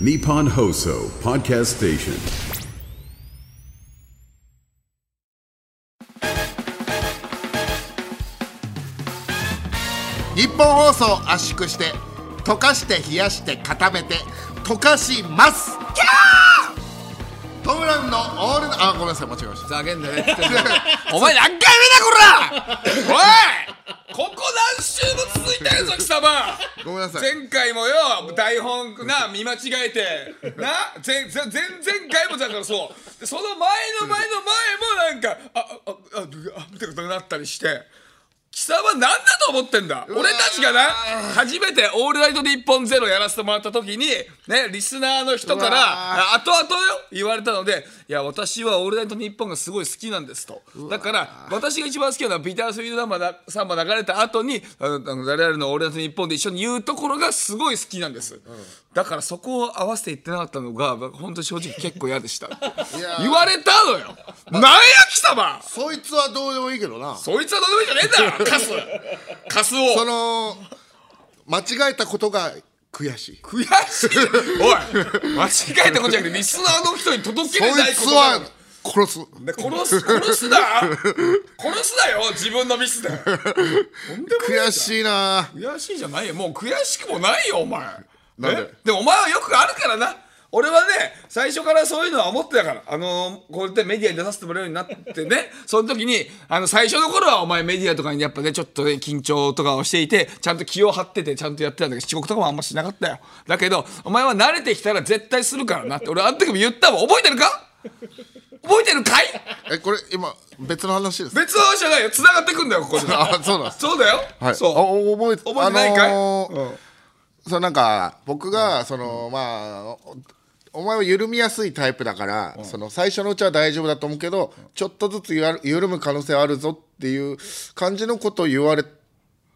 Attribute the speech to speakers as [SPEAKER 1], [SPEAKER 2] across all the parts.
[SPEAKER 1] Nippon Hoso Podcast Station.
[SPEAKER 2] 日本放送圧縮して溶かして冷やして固めて溶かしますキャートムラウンのオールあごめんなさい間違えました
[SPEAKER 3] ざけんだねお前何回目だこらおいここ何週も続いてるぞ貴様
[SPEAKER 2] ごめんなさい
[SPEAKER 3] 前回もよ台本な見間違えてな前前前前回もだからそうでその前の前の前もなんかあああああみたいなことになったりして貴様何だと思ってんだ俺たちがな初めて「オールナイトニッポンゼロやらせてもらった時にねリスナーの人か
[SPEAKER 2] うわ
[SPEAKER 3] ら
[SPEAKER 2] ー
[SPEAKER 3] あ後々よ言われたので「いや私はオールナイトニッポンがすごい好きなんです」とだから私が一番好きなのはビタースイートナンバーなサンバ流れた後にあのあの誰々の「オールナイトニッポン」で一緒に言うところがすごい好きなんですだからそこを合わせて言ってなかったのが本当正直結構嫌でした
[SPEAKER 2] やー
[SPEAKER 3] 言われたのよなんや貴 様
[SPEAKER 2] そいつはどうでもいいけどなそ
[SPEAKER 3] そいつはどうでもいいじゃねえんだカスカスを
[SPEAKER 2] の間違えたことが悔しい
[SPEAKER 3] 悔しいおい間違えたことじゃなくてリスナーの人に届け
[SPEAKER 2] そ
[SPEAKER 3] れ
[SPEAKER 2] い
[SPEAKER 3] ないこ
[SPEAKER 2] つ
[SPEAKER 3] とな
[SPEAKER 2] は
[SPEAKER 3] の
[SPEAKER 2] 殺す
[SPEAKER 3] で殺す殺すな殺すなよ自分のミスで
[SPEAKER 2] 悔しいな
[SPEAKER 3] 悔しいじゃないよもう悔しくもないよお前
[SPEAKER 2] なんで
[SPEAKER 3] えでもお前はよくあるからな俺はね最初からそういうのは思ってたからあのーこうやってメディアに出させてもらうようになってね その時にあの最初の頃はお前メディアとかにやっぱねちょっとね緊張とかをしていてちゃんと気を張っててちゃんとやってたんだけど遅刻とかもあんましなかったよだけどお前は慣れてきたら絶対するからなって俺あの時も言ったもん覚えてるか覚えてるかい
[SPEAKER 2] えこれ今別の話です
[SPEAKER 3] 別の話じゃないよ繋がってくんだよここ で
[SPEAKER 2] あそうなんです
[SPEAKER 3] そうだよ、
[SPEAKER 2] はい
[SPEAKER 3] そう
[SPEAKER 2] あお覚えて
[SPEAKER 3] 覚えてないかい、
[SPEAKER 2] あのー
[SPEAKER 3] うん
[SPEAKER 2] そうなんか僕がそのまあおお前は緩みやすいタイプだからその最初のうちは大丈夫だと思うけどちょっとずつやる緩む可能性あるぞっていう感じのことを言われ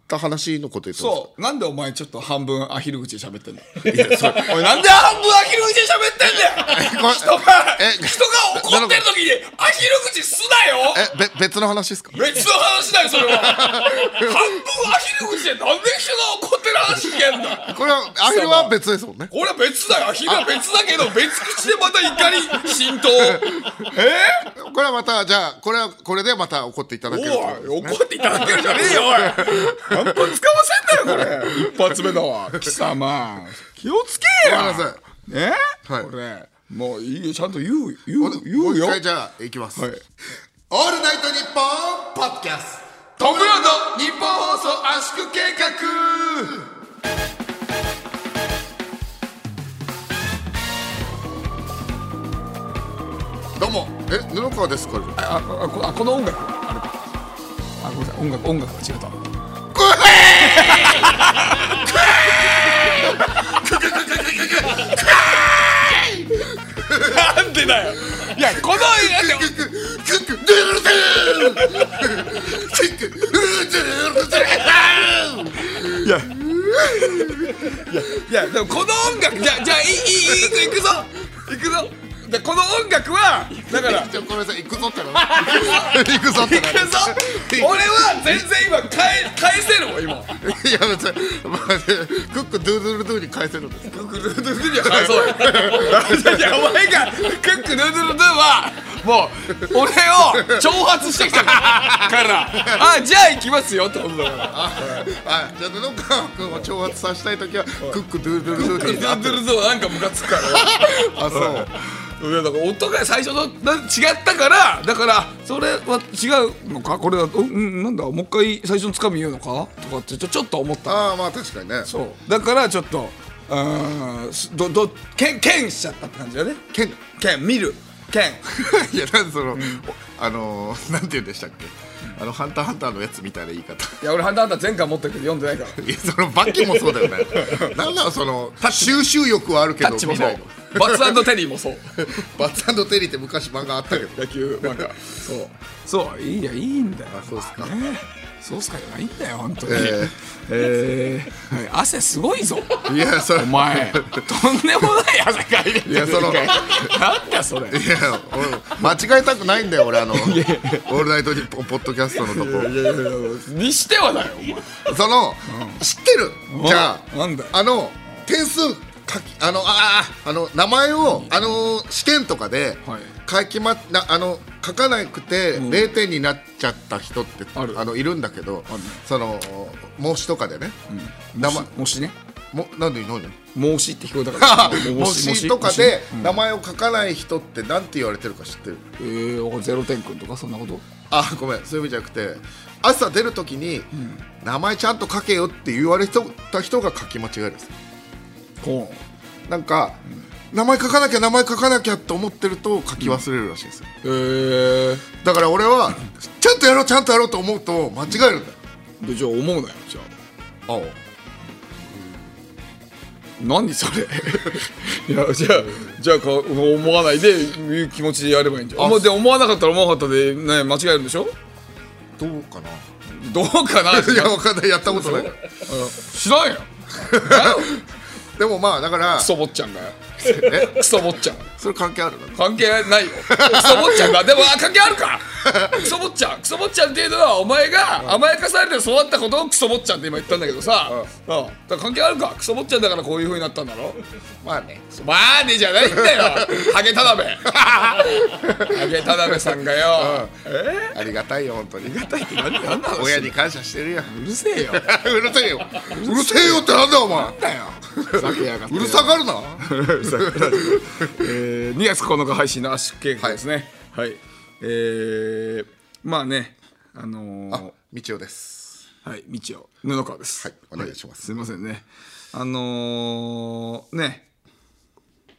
[SPEAKER 2] た話のこと言ってます
[SPEAKER 3] そう。なんでお前ちょっと半分アヒル口で喋ってんのおい、なんで半分アヒル口で喋ってんだよ
[SPEAKER 2] れ
[SPEAKER 3] 人が
[SPEAKER 2] え、
[SPEAKER 3] 人が怒ってる時にアヒル口すなよ
[SPEAKER 2] えべ別の話ですか
[SPEAKER 3] 別の話だよ、それは。半分アヒル口でなんで人が怒ってる話聞けんだ
[SPEAKER 2] これはアヒルは別ですもんね
[SPEAKER 3] これは別だよ、アヒルは別だけど、別口でまた怒り浸透。えー
[SPEAKER 2] これはまたじゃあこれはこれでまた怒っていただけるということで
[SPEAKER 3] おい怒っていただけるじゃねえよおい何本捕ませんだよこれ一発目だわ貴様気をつけ
[SPEAKER 2] ご
[SPEAKER 3] よ
[SPEAKER 2] めんなさい
[SPEAKER 3] ね、
[SPEAKER 2] はい
[SPEAKER 3] これもういいよちゃんと言う言
[SPEAKER 2] も
[SPEAKER 3] う
[SPEAKER 2] う
[SPEAKER 3] 言
[SPEAKER 2] も
[SPEAKER 3] う
[SPEAKER 2] う一
[SPEAKER 3] よ
[SPEAKER 2] 回じゃあいきます、
[SPEAKER 3] はい
[SPEAKER 2] オールナイトニッポンポッドキャスト
[SPEAKER 3] トムブラウンド日本放送圧縮計画
[SPEAKER 2] どうもえ布川ですこれこ
[SPEAKER 3] ああこあこの音楽あれかあごめんなさい音楽音楽が違ったなんでだよいやこのいやいやでもこの音楽じゃじゃあいいいいいい行くぞ行くぞでこの音楽はだから
[SPEAKER 2] ちょごめんなさい行くぞってな行くぞってな
[SPEAKER 3] 行くぞ俺は全然今返返せるもん今
[SPEAKER 2] いや別に、まあね、クックドゥードゥルドゥに返せるんです
[SPEAKER 3] クックヌードゥルドゥには返そうよいやお前がクックヌードゥルドゥはもう俺を挑発してきたからあじゃあ行きますよってことだから
[SPEAKER 2] はいじゃあ布川君を挑発させたい時はクックドゥードゥルド
[SPEAKER 3] ク
[SPEAKER 2] ゥ
[SPEAKER 3] ッ
[SPEAKER 2] に
[SPEAKER 3] クヌードゥルドゥはなんかムカつくから
[SPEAKER 2] あそう
[SPEAKER 3] いやだから音が最初のな違ったからだからそれは違うのかこれはおうんなんだもう一回最初のつかみ言うのかとかってちょちょっと思った
[SPEAKER 2] ああまあ確かにね
[SPEAKER 3] そうだからちょっとうーんすどどけんけんしちゃったって感じだね
[SPEAKER 2] 剣い
[SPEAKER 3] けん見るけん
[SPEAKER 2] やなんでその、おあのー、なんて言うんでしたっけあの「ハンターハンター」のやつみたいな言い方
[SPEAKER 3] いや俺ハンターハンター前回持ってるけど読んでない か
[SPEAKER 2] い
[SPEAKER 3] ら
[SPEAKER 2] やそのバキもそうだよ ねなんなのその収集欲はあるけ
[SPEAKER 3] タ
[SPEAKER 2] ど
[SPEAKER 3] ッチも
[SPEAKER 2] 見
[SPEAKER 3] そ
[SPEAKER 2] な
[SPEAKER 3] う
[SPEAKER 2] いの
[SPEAKER 3] バツテリーもそう
[SPEAKER 2] バッツテリーって昔漫画あったけど
[SPEAKER 3] 野球漫画そうそういいやいいんだよ
[SPEAKER 2] あそうっすか
[SPEAKER 3] ねそうっすかじゃないんだよ本当に
[SPEAKER 2] え
[SPEAKER 3] えーはい汗すごいぞ
[SPEAKER 2] いやそれ
[SPEAKER 3] お前とんでもない汗かいてる
[SPEAKER 2] いやその
[SPEAKER 3] なん だそれ
[SPEAKER 2] いや俺間違えたくないんだよ俺あの「オールナイトニッポン」ポッドキャストのとこ
[SPEAKER 3] にしてはだよお前
[SPEAKER 2] その、知ってるじゃあ
[SPEAKER 3] なんだよ
[SPEAKER 2] あの点数かきあのあああの名前をあの試験とかで
[SPEAKER 3] はい
[SPEAKER 2] 書きまなあの書かなくて0点になっちゃった人って、
[SPEAKER 3] ある
[SPEAKER 2] あのいるんだけど
[SPEAKER 3] ある
[SPEAKER 2] その孟子とかでね、名前
[SPEAKER 3] もしね
[SPEAKER 2] もなんで何
[SPEAKER 3] 申しって聞こえたから
[SPEAKER 2] もしとかで名前を書かない人ってなんて言われてるか知ってる
[SPEAKER 3] えー、ゼロ点君とかそんなこと
[SPEAKER 2] あごめんそういう意味じゃなくて朝出るときに名前ちゃんと書けよって言われた人が書き間違えるんです
[SPEAKER 3] ほ
[SPEAKER 2] なんか、名前書かなきゃ名前書かなきゃって思ってると書き忘れるらしいんですよ、
[SPEAKER 3] うえー、
[SPEAKER 2] だから俺はちゃんとやろうちゃんとやろうと思うと間違えるんだよ、
[SPEAKER 3] でじゃあ思うなよじゃ
[SPEAKER 2] あ
[SPEAKER 3] あ
[SPEAKER 2] お
[SPEAKER 3] 何それ いやじゃあじゃあか思わないでいう気持ちでやればいいんじゃんあもうで思わなかったら思わなかったで、ね、間違えるんでしょ
[SPEAKER 2] どうかな
[SPEAKER 3] どうかな
[SPEAKER 2] いやわかんないやったことない
[SPEAKER 3] 知らんやん
[SPEAKER 2] でもまあだから
[SPEAKER 3] クソ坊ちゃんがよ
[SPEAKER 2] え
[SPEAKER 3] クソ坊ちゃん
[SPEAKER 2] それ関係あるの
[SPEAKER 3] 関係ないよクソ坊ちゃんがでもあ関係あるかクソ坊ちゃんクソ坊ちゃんっていうのはお前が甘やかされて育ったことをクソ坊ちゃんって今言ったんだけどさ、うんだから関係あるかクソ坊ちゃんだからこういうふうになったんだろ
[SPEAKER 2] まあね
[SPEAKER 3] まあねじゃないんだよハゲタナベハゲタナベさんがよ、
[SPEAKER 2] ありがたいよ本当にありがたいって
[SPEAKER 3] 何何なの
[SPEAKER 2] 親に感謝してるよ
[SPEAKER 3] うるせえよ
[SPEAKER 2] うるせえようるせえよってなんだよお前
[SPEAKER 3] だよふざけやがって
[SPEAKER 2] うるさがるな
[SPEAKER 3] えー2月9日配信の圧縮計画ですねはい、えー、まあねあのー、
[SPEAKER 2] みちおです
[SPEAKER 3] はい道を布川です
[SPEAKER 2] はいお願いします
[SPEAKER 3] すいませんねあのー、ね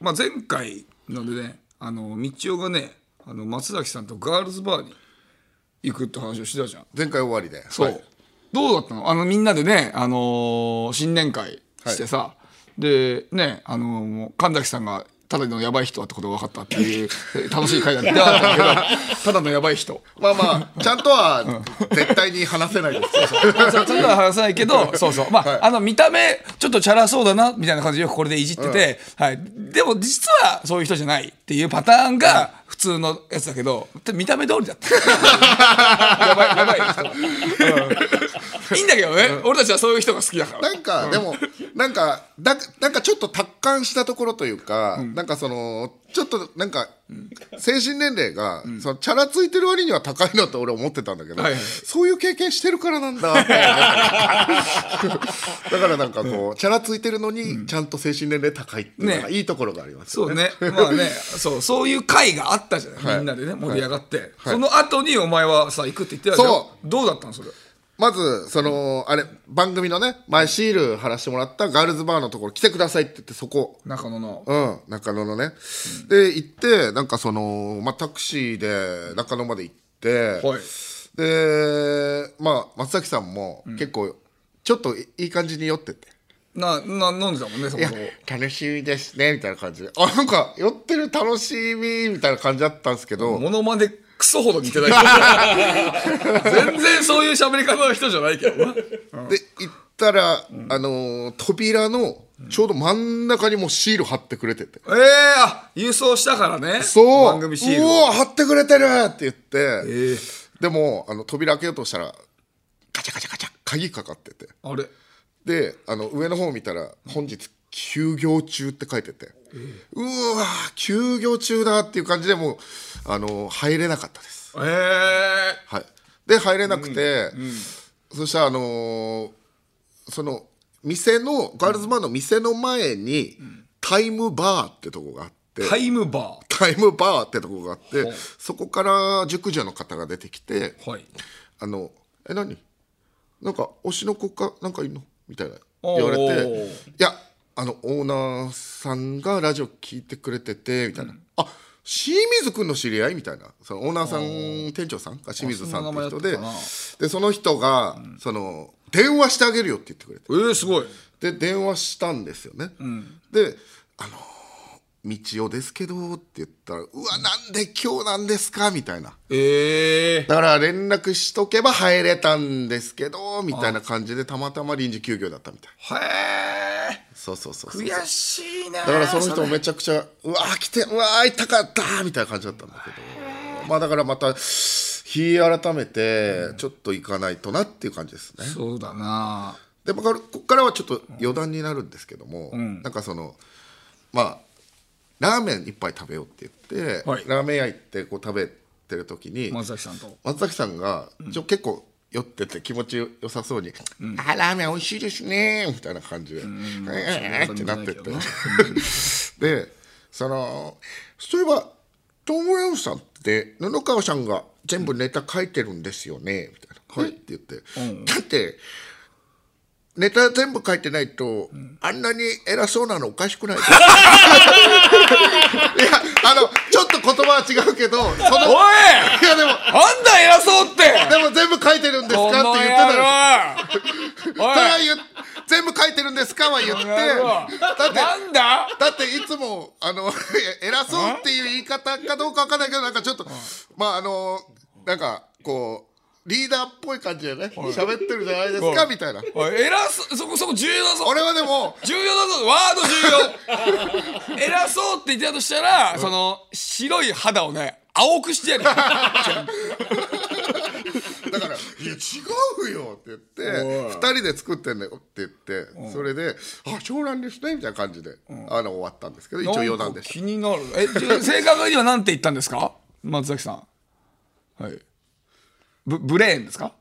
[SPEAKER 3] まあ前回なのでねあの道夫がねあの松崎さんとガールズバーに行くって話をしてたじゃん
[SPEAKER 2] 前回終わりで
[SPEAKER 3] そう、
[SPEAKER 2] はい
[SPEAKER 3] どうだったのあのみんなでね、あのー新年会してさ、でね、あのーもう神崎さんがただのやばい人だってことが分かったっていう 楽しい会だったんだけどただのやばい人
[SPEAKER 2] まあまあちゃんとは絶対に話せないですよ
[SPEAKER 3] そうそういうのは話さないけど、そうそう。まあ、あの、見た目、ちょっとチャラそうだな、みたいな感じでよくこれでいじってて、はい。でも、実はそういう人じゃないっていうパターンが普通のやつだけど、見た目通りだ った。やばい、やばい人。うんいいんだけどね、俺たちはそういう人が好きだから。
[SPEAKER 2] なんか、でも、なんか、だ、なんかちょっと達観したところというか、なんかその、ちょっと、なんか、精神年齢が、その、チャラついてる割には高いなと俺思ってたんだけど、
[SPEAKER 3] はいはい
[SPEAKER 2] そういう経験してるからなんだって。 だからなんかこう、チャラついてるのに、ちゃんと精神年齢高いっていうのが、
[SPEAKER 3] ね
[SPEAKER 2] いいところがあります
[SPEAKER 3] そ
[SPEAKER 2] よ
[SPEAKER 3] う
[SPEAKER 2] ね。
[SPEAKER 3] ね、 まあね、そう、そういう会があったじゃない、みんなでね、盛り上がって、その後にお前はさ、行くって言ってたじゃん
[SPEAKER 2] そ
[SPEAKER 3] どうだったのそれ。
[SPEAKER 2] まず、その、あれ、番組のね、前シール貼らしてもらったガールズバーのところ来てくださいって言って、そこ、
[SPEAKER 3] 中野の。
[SPEAKER 2] うん、中野のね、で行ってなんかその、まあ、タクシーで中野まで行って、
[SPEAKER 3] はい
[SPEAKER 2] で、まあ、松崎さんも結構、ちょっといいい感じに酔ってて。
[SPEAKER 3] な、な、飲んでたもんね、そ
[SPEAKER 2] い
[SPEAKER 3] も
[SPEAKER 2] や
[SPEAKER 3] そも。
[SPEAKER 2] 楽しみですねみたいな感じであなんか酔ってる楽しみみたいな感じだったんですけど、
[SPEAKER 3] モノマネクソほど似てないけど全然そういう喋り方の人じゃないけどな
[SPEAKER 2] で行ったら、あのー扉のちょうど真ん中にもうシール貼ってくれてて、
[SPEAKER 3] ええあ郵送したからね
[SPEAKER 2] そう
[SPEAKER 3] 番組シール
[SPEAKER 2] う
[SPEAKER 3] を
[SPEAKER 2] わ貼ってくれてるって言って、
[SPEAKER 3] ええ
[SPEAKER 2] でもあの扉開けようとしたらガチャガチャガチャ鍵かかってて
[SPEAKER 3] あれ
[SPEAKER 2] であの上の方見たら「本日休業中」って書いてて、うわー休業中だっていう感じでもうあの入れなかったです、
[SPEAKER 3] ええ
[SPEAKER 2] はい、で入れなくて、そしたらあのーその店のガールズバーの店の前に、タイムバーってとこがあって
[SPEAKER 3] タイムバ
[SPEAKER 2] タイムバーってとこがあって
[SPEAKER 3] ほう
[SPEAKER 2] そこから熟女の方が出てきて
[SPEAKER 3] ーはい
[SPEAKER 2] あの「え何なんか推しの子かなんかいるの?」みたいな
[SPEAKER 3] おー
[SPEAKER 2] 言われて「いやあのオーナーさんがラジオ聞いてくれてて」みたいな「あ清水君の知り合い?」みたいなそのオーナーさん店長さんか清水さんっていう人で
[SPEAKER 3] あそんな名前だった
[SPEAKER 2] でその人が、その電話してあげるよって言ってくれて
[SPEAKER 3] えー、すごい
[SPEAKER 2] で電話したんですよね、で「あのー道夫ですけど」って言ったら「うわなんで今日なんですか?」みたいな
[SPEAKER 3] ええ
[SPEAKER 2] だから連絡しとけば入れたんですけどみたいな感じでたまたま臨時休業だったみたい
[SPEAKER 3] はえ
[SPEAKER 2] そうそうそうそう
[SPEAKER 3] 悔しいな
[SPEAKER 2] だからその人もめちゃくちゃ「うわー来てうわー痛かった」みたいな感じだったんだけどまあだからまた日改めてちょっと行かないとなっていう感じですね
[SPEAKER 3] そうだな
[SPEAKER 2] ででまあこれここからはちょっと余談になるんですけども、なんかそのまあラーメン一杯食べようって言って、
[SPEAKER 3] はい
[SPEAKER 2] ラーメン屋行ってこう食べてる時に
[SPEAKER 3] 松崎さんと
[SPEAKER 2] 松崎さんが、ちょ結構酔ってて気持ちよさそうに「あラーメン美味しいですね」みたいな感じで「えーってなってて でそのそういえばトム・ラウンさんって布川さんが全部ネタ書いてるんですよねみたいな「はい」って言って、だってネタ全部書いてないと、あんなに偉そうなのおかしく ないですかいやあのちょっと言葉は違うけどその
[SPEAKER 3] お
[SPEAKER 2] い
[SPEAKER 3] い
[SPEAKER 2] やでも
[SPEAKER 3] なんだ偉そうって
[SPEAKER 2] でも全部書いてるんですかっ
[SPEAKER 3] こ
[SPEAKER 2] て言って
[SPEAKER 3] の野
[SPEAKER 2] たんです
[SPEAKER 3] 郎お
[SPEAKER 2] それはい言う全部書いてるんですかは言って
[SPEAKER 3] この野郎
[SPEAKER 2] だっ
[SPEAKER 3] な
[SPEAKER 2] て
[SPEAKER 3] んだ
[SPEAKER 2] だっていつもあの 偉そうっていう言い方かどうかわかんないけどなんかちょっとまああのなんかこうリーダーっぽい感じでね喋ってるじゃないですかみたいな
[SPEAKER 3] おい偉そうそこそこ重要だぞ
[SPEAKER 2] 俺はでも
[SPEAKER 3] 重要だぞワード重要偉そうって言ってたとしたら、その白い肌をね青 くしてやる
[SPEAKER 2] だから「いや違うよ」って言って2人で作ってんだよって言ってそれで「あそうなんですね」みたいな感じであの終わったんですけど一応余談でした
[SPEAKER 3] 気になるえじゃあ正確には何て言ったんですか松崎さんはいブブレーンですか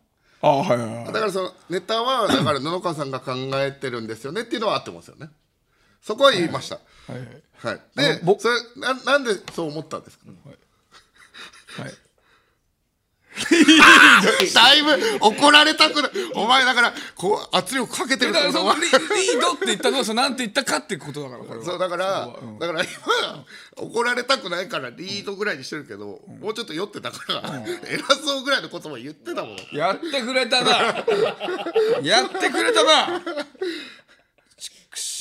[SPEAKER 3] あはいはいはい
[SPEAKER 2] だからそのネタはだから野々川さんが考えてるんですよねっていうのはあってますよねそこは言いましたはい、で
[SPEAKER 3] あの僕
[SPEAKER 2] それななんでそう思ったんですか、
[SPEAKER 3] はい
[SPEAKER 2] だいぶ怒られたくないお前だからこう圧力かけて
[SPEAKER 3] だ
[SPEAKER 2] るからら
[SPEAKER 3] かそ
[SPEAKER 2] お
[SPEAKER 3] の
[SPEAKER 2] 前
[SPEAKER 3] リリードって言ったのはその何て言ったかっていうことだからこれは
[SPEAKER 2] そうだから、だから今怒られたくないからリードぐらいにしてるけど、もうちょっと酔ってたから、偉そうぐらいの言葉言ってたもん
[SPEAKER 3] やってくれたなやってくれたな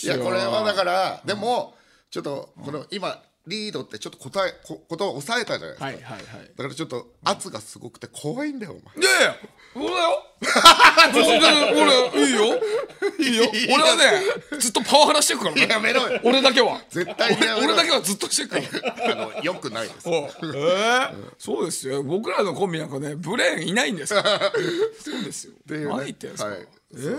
[SPEAKER 3] い
[SPEAKER 2] やこれはだから、でもちょっとこの今リードってちょっと答えこ言葉を抑えたじゃないですか、
[SPEAKER 3] はいはいはい
[SPEAKER 2] だからちょっと圧がすごくて怖いんだよお前
[SPEAKER 3] いやいや俺だよ全然俺いいよいいよ
[SPEAKER 2] いいよ
[SPEAKER 3] 俺はねずっとパワハラしてくからね
[SPEAKER 2] やめろよ
[SPEAKER 3] 俺だけは
[SPEAKER 2] 絶対にやめ
[SPEAKER 3] 俺
[SPEAKER 2] ろ
[SPEAKER 3] だけはずっとしてくから
[SPEAKER 2] あのよくないです
[SPEAKER 3] おうえーそうですよ僕らのコンビなんかねブレーンいないんですよ そうですよ
[SPEAKER 2] っていうね
[SPEAKER 3] 何言ってんすか、
[SPEAKER 2] はいそう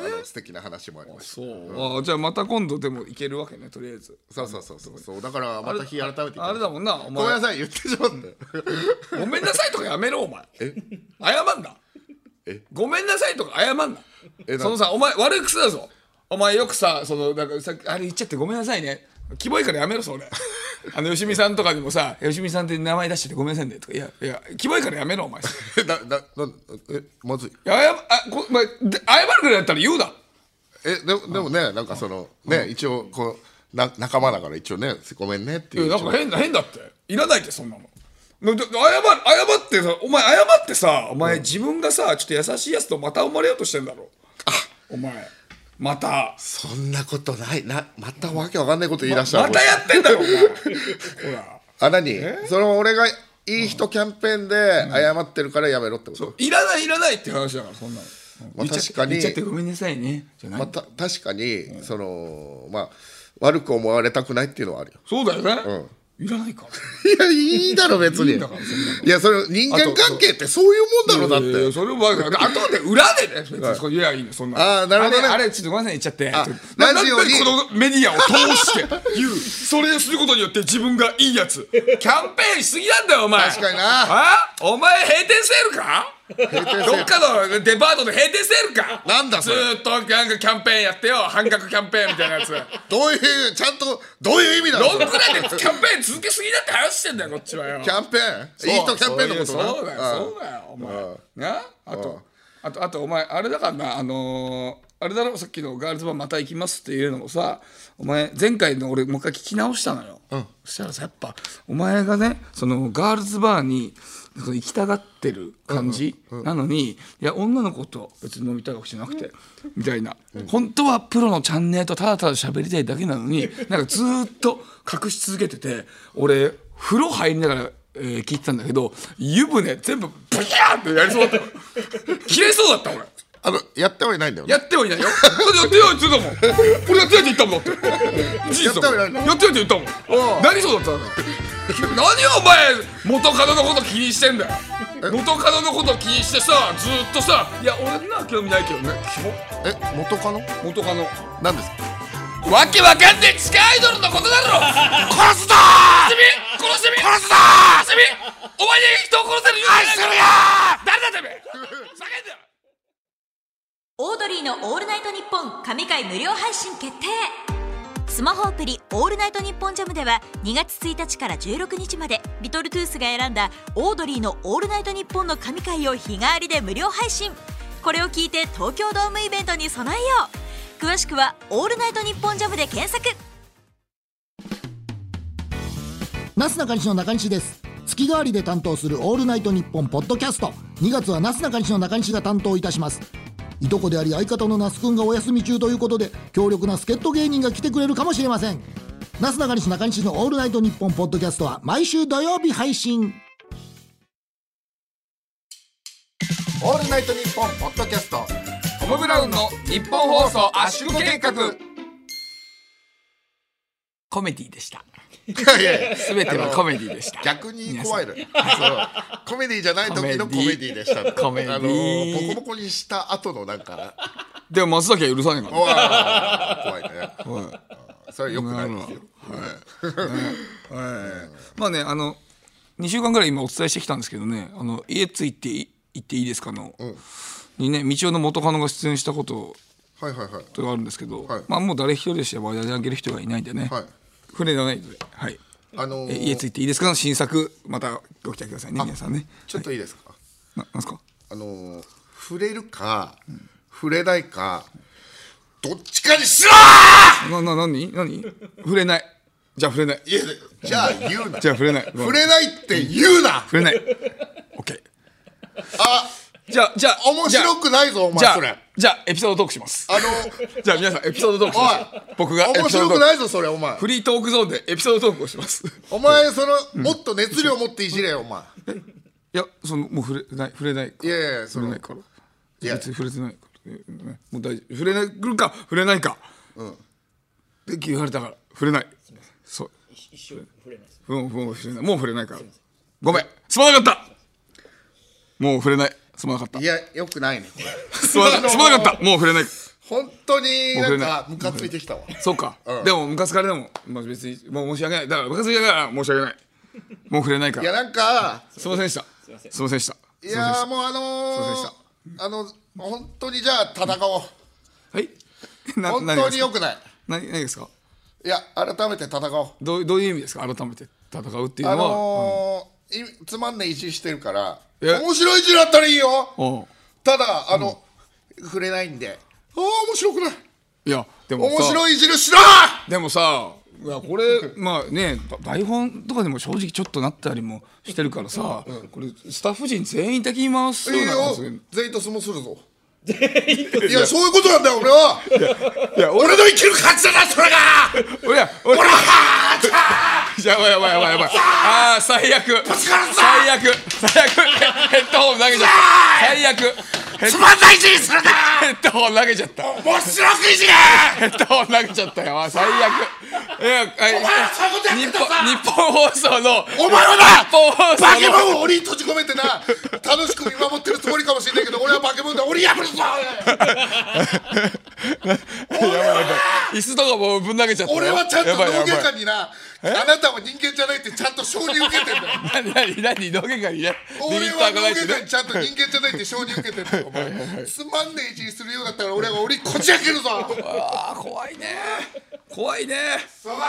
[SPEAKER 2] あの素敵な話もありました
[SPEAKER 3] そうあじゃあまた今度でもいけるわけねとりあえず
[SPEAKER 2] そうそうそうそうそうだからまた日改めて言って
[SPEAKER 3] あれだもんなお
[SPEAKER 2] ごめんな
[SPEAKER 3] 前
[SPEAKER 2] さい言ってしまった
[SPEAKER 3] ごめんなさいとかやめろお前謝んな
[SPEAKER 2] え
[SPEAKER 3] ごめんなさいとか謝んな
[SPEAKER 2] え
[SPEAKER 3] そのさお前悪い癖だぞお前よくさそのなんかさあれ言っちゃってごめんなさいねキモいからやめろそれあの吉見さんとかにもさ吉見さんって名前出しててごめんなさいねとかいやいやキモいからやめろお前い
[SPEAKER 2] えだだなんえまずい
[SPEAKER 3] や謝あこお前で謝るぐらいだったら言うな
[SPEAKER 2] えでもでもねなんかそのね一応こうな仲間だから一応ねごめんねって
[SPEAKER 3] い
[SPEAKER 2] い
[SPEAKER 3] や
[SPEAKER 2] う
[SPEAKER 3] なんか変だ変だっていらないってそんなのなで謝謝ってさお前謝ってさお前自分がさちょっと優しいやつとまた生まれようとしてんだろお前また
[SPEAKER 2] そんなことないなまたわけわかんないこと言い出したら
[SPEAKER 3] またやってんだろ お前ほら
[SPEAKER 2] あ何その俺がいい人キャンペーンで謝ってるからやめろってこと、
[SPEAKER 3] いらないいらないって話だからそんなの、
[SPEAKER 2] まあ確かに
[SPEAKER 3] 言っちゃってごめんなさいねじゃない
[SPEAKER 2] まあ、た確かに、そのまあ悪く思われたくないっていうのはあるよ
[SPEAKER 3] そうだよね、いらないか
[SPEAKER 2] いやいいだろ別にい
[SPEAKER 3] だからそんなの
[SPEAKER 2] やそれ人間関係ってそういうもんだろ
[SPEAKER 3] い
[SPEAKER 2] だ
[SPEAKER 3] やい
[SPEAKER 2] っ
[SPEAKER 3] や
[SPEAKER 2] て
[SPEAKER 3] それもあるからあとで裏でね別にそこ言えばいいのそんな
[SPEAKER 2] あーなるほどね
[SPEAKER 3] あれあれちょっとごめんなさい言っちゃって
[SPEAKER 2] あ
[SPEAKER 3] ちょっとな
[SPEAKER 2] ラジオに
[SPEAKER 3] なんでこのメディアを通して言うそれをすることによって自分がいいやつキャンペーンしすぎなんだよお前
[SPEAKER 2] 確かにな
[SPEAKER 3] あお前閉店セールか
[SPEAKER 2] 店セール
[SPEAKER 3] どっかのデパートで閉店セールか
[SPEAKER 2] なんだそれ
[SPEAKER 3] ずーっとなんかキャンペーンやってよ半額キャンペーンみたいなやつ
[SPEAKER 2] どういうちゃんとどういう意味な
[SPEAKER 3] ロング
[SPEAKER 2] の
[SPEAKER 3] ランでキャンペーン続けすぎだって話してんだよこっちはよ
[SPEAKER 2] キャンペーンいい人キャンペーンのことな
[SPEAKER 3] そうだよそうだよお前なあとあとあとお前あれだからなあのーあれだろさっきのガールズバーまた行きますっていうのもさお前前回の俺もう一回聞き直したのよ、そしたらさやっぱお前がねそのガールズバーにその行きたがってる感じなのに、いや女の子と別に飲みたいわけじゃなくて、みたいな、本当はプロのチャンネルとただただ喋りたいだけなのになんかずーっと隠し続けてて俺風呂入りながら、えー聞いてたんだけど湯船全部ブキャーってやりそうだった切れそうだった俺
[SPEAKER 2] あのやってはいないんだよね
[SPEAKER 3] やってはいないよだってやってないって言ってたもん俺やってないって言ったもんだって事実だもん
[SPEAKER 2] やってはいない
[SPEAKER 3] やってないって言ったもん何そうだったんだ何お前元カノのこと気にしてんだよ元カノのこと気にしてさずーっとさ「いや俺には興味ないけどねキモ
[SPEAKER 2] え元カノ
[SPEAKER 3] 元カノ
[SPEAKER 2] 何ですか
[SPEAKER 3] わけわかんねえ地下アイドルのことだろ殺すぞー殺すみ殺すぞー殺すみお前に人を殺せる愛するよ誰だてめえ叫んだよ
[SPEAKER 4] オードリーの「オールナイトニッポン」神回無料配信決定スマホアプリ「オールナイトニッポンジャムでは2月1日から16日までリトルトゥースが選んだオードリーの「オールナイトニッポン」の神回を日替わりで無料配信これを聞いて東京ドームイベントに備えよう詳しくは「オールナイトニッポンジャムで検索
[SPEAKER 5] なすなかにしの中西です月替わりで担当する「オールナイトニッポン」ポッドキャスト2月はなすなかにしの中西が担当いたしますいとこであり相方の那須くんがお休み中ということで強力な助っ人芸人が来てくれるかもしれませんなすなかにし中西の「オールナイトニッポン」ポッドキャストは毎週土曜日配信
[SPEAKER 2] オールナイトニッポンポッドキャスト
[SPEAKER 3] トム・ブラウンの日本放送圧縮計画コメディでした
[SPEAKER 2] いや いや
[SPEAKER 3] 全てはコメディでした
[SPEAKER 2] 逆に怖いのよそうコメディじゃない時のコメディでした
[SPEAKER 3] コメディ
[SPEAKER 2] あのボコボコにした後のなんか
[SPEAKER 3] でも松崎は許さねえから
[SPEAKER 2] うわー怖いね
[SPEAKER 3] はい
[SPEAKER 2] それはよくないですよ
[SPEAKER 3] まあねあの2週間ぐらい今お伝えしてきたんですけどね「あの家ついてい行っていいですかの」にね道夫の元カノが出演したこと
[SPEAKER 2] はいはいはい
[SPEAKER 3] とがあるんですけど、
[SPEAKER 2] はい
[SPEAKER 3] まあもう誰一人でしては話題上げる人がいないんでね、
[SPEAKER 2] はい
[SPEAKER 3] 触れないので、はい
[SPEAKER 2] あのー
[SPEAKER 3] え家ついていいですかの新作またご期待くださいね皆さんね
[SPEAKER 2] ちょっといいですか
[SPEAKER 3] ななんすか
[SPEAKER 2] あのー触れるか触れないかどっちかにしろ
[SPEAKER 3] なな何何触れないじゃあ触れない
[SPEAKER 2] ーいやじゃあ言うな
[SPEAKER 3] じゃあ触れない
[SPEAKER 2] 触れないって言うな
[SPEAKER 3] 触れない OK
[SPEAKER 2] あ
[SPEAKER 3] じゃあじゃあ
[SPEAKER 2] 面白くないぞお
[SPEAKER 3] じゃ
[SPEAKER 2] 前そ
[SPEAKER 3] あじゃ
[SPEAKER 2] れ
[SPEAKER 3] あじゃあエピソードトークします
[SPEAKER 2] あ
[SPEAKER 3] じゃあ皆さんエピソードトークします
[SPEAKER 2] おい
[SPEAKER 3] 僕が
[SPEAKER 2] の
[SPEAKER 3] エピソー
[SPEAKER 2] 面白
[SPEAKER 3] ドト
[SPEAKER 2] く
[SPEAKER 3] ー
[SPEAKER 2] な
[SPEAKER 3] ク
[SPEAKER 2] いぞそれお前
[SPEAKER 3] フリートークゾーンでエピソードトークをしますい
[SPEAKER 2] お前そのもっと熱量持っていじれよお前
[SPEAKER 3] やそのもう触れない触れないから
[SPEAKER 2] いやいやそ
[SPEAKER 3] 触
[SPEAKER 2] の
[SPEAKER 3] れないから
[SPEAKER 2] いや
[SPEAKER 3] 別に触れてないからねもう大丈夫触れないくるか触れないかうんで言われたから触れないそう
[SPEAKER 6] 一生触れないです。
[SPEAKER 3] うんもう触れないもう触れないからごめんすまなかったもう触れないすまなかった
[SPEAKER 2] いやよくないねこれ
[SPEAKER 3] すまなすまなかったもう触れない
[SPEAKER 2] 本当になんか
[SPEAKER 3] もう触れない
[SPEAKER 2] ムカついてきたわ
[SPEAKER 3] そうか、
[SPEAKER 2] うん
[SPEAKER 3] でもムカつかれでも、まあ、別にもう申し訳ないだからムカついたから申し訳ないもう触れないか
[SPEAKER 2] いや
[SPEAKER 3] ら
[SPEAKER 2] なんか
[SPEAKER 3] すいませんでしたすいませんでした
[SPEAKER 2] い
[SPEAKER 3] すいませんで
[SPEAKER 2] や
[SPEAKER 3] し
[SPEAKER 2] ーもうあ
[SPEAKER 3] すいま
[SPEAKER 2] のーあの本当にじゃあ戦おう
[SPEAKER 3] たはい な
[SPEAKER 2] 本
[SPEAKER 3] 何
[SPEAKER 2] 当
[SPEAKER 3] が
[SPEAKER 2] に
[SPEAKER 3] ですか
[SPEAKER 2] よくない
[SPEAKER 3] 何何がですか
[SPEAKER 2] いや改めて戦おう
[SPEAKER 3] どうどういう意味ですか改めて戦うっていう
[SPEAKER 2] あ
[SPEAKER 3] のは、
[SPEAKER 2] のーいつまんねえいじしてるから
[SPEAKER 3] え
[SPEAKER 2] 面白い字だったらいいよ
[SPEAKER 3] うんうん
[SPEAKER 2] ただあの触れないんでああ面白くない
[SPEAKER 3] いやでもさ
[SPEAKER 2] 面白い字るしろ
[SPEAKER 3] でもさいや これまあねば台本とかでも正直ちょっとなったりもしてるからさ、これスタッフ陣全員的に回す
[SPEAKER 2] いい
[SPEAKER 3] ような
[SPEAKER 2] よ
[SPEAKER 3] そういう
[SPEAKER 2] 全員と相撲するぞいやそういうことなんだよ俺はい
[SPEAKER 3] や
[SPEAKER 2] 俺の生きる価値だなそれが
[SPEAKER 3] おやおややばいやばいやばいやばいあー最悪最悪最悪ヘッドホン投げちゃった最悪ヘッ
[SPEAKER 2] つまんない字にするな
[SPEAKER 3] ヘッドホン投げちゃった
[SPEAKER 2] 面白くいじれ
[SPEAKER 3] ヘッドホン投げちゃったよあー最悪いや
[SPEAKER 2] お前はそういうことやってんだ
[SPEAKER 3] 日本日本放送の
[SPEAKER 2] お前はな
[SPEAKER 3] 日本放送
[SPEAKER 2] バケ
[SPEAKER 3] の
[SPEAKER 2] モンを檻に閉じ込めてな楽しく見守ってるつもりかもしれないけど俺はバケモンだ檻破るぞ
[SPEAKER 3] 椅子とかもうぶん投げちゃったよ
[SPEAKER 2] 俺はちゃんと
[SPEAKER 3] やばいや
[SPEAKER 2] 農
[SPEAKER 3] ばい
[SPEAKER 2] 家官になあなたは人間じゃないってちゃんと承認受けてんだよ
[SPEAKER 3] 何何何 農家会にね
[SPEAKER 2] 俺
[SPEAKER 3] リミッタ
[SPEAKER 2] は
[SPEAKER 3] ーが
[SPEAKER 2] 農
[SPEAKER 3] ないっ
[SPEAKER 2] 家
[SPEAKER 3] てね
[SPEAKER 2] 官にちゃんと人間じゃないって承認受けてんだよお前つまんねえ字にするようだったら俺は檻こじ開けるぞ
[SPEAKER 3] あー怖いね怖いね
[SPEAKER 2] そばよ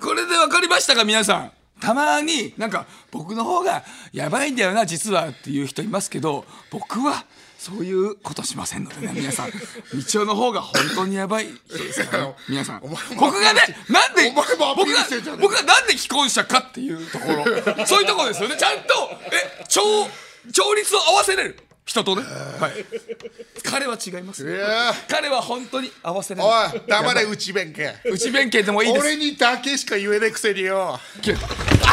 [SPEAKER 3] これで分かりましたか皆さんたまになんか僕の方がやばいんだよな実はっていう人いますけど僕はそういうことしませんのでね皆さん道夫の方が本当にやばい人ですから、ね、皆さん
[SPEAKER 2] お前も
[SPEAKER 3] 僕がねなんで
[SPEAKER 2] お前もアピ
[SPEAKER 3] 僕
[SPEAKER 2] ール
[SPEAKER 3] が
[SPEAKER 2] してんじゃねえ
[SPEAKER 3] 僕がなんで既婚者かっていうところそういうところですよねちゃんとえ調調律を合わせれる人とね、はい、彼は違います
[SPEAKER 2] いや
[SPEAKER 3] 彼は本当に合わせれない
[SPEAKER 2] ーおい黙れ内弁慶
[SPEAKER 3] 内弁慶でもいいです
[SPEAKER 2] 俺にだけしか言えねえくせによ
[SPEAKER 3] お前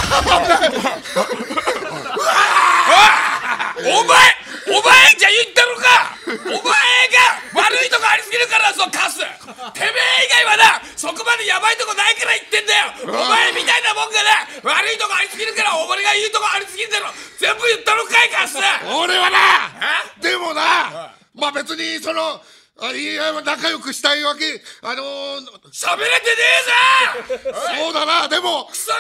[SPEAKER 3] お前じゃ言ったのかお前が悪いとこありすぎるからそうカスてめえ以外はなそこまでやばいとこないから言ってんだよお前みたいなもんがな悪いとこありすぎるから俺が言うとこありすぎんだろ全部言ったのかいカス
[SPEAKER 2] 俺はな
[SPEAKER 3] え
[SPEAKER 2] でもなまあ別にそのあいや仲良くしたいわけあのー
[SPEAKER 3] 喋れてねえぞ
[SPEAKER 2] そうだなでも
[SPEAKER 3] クソ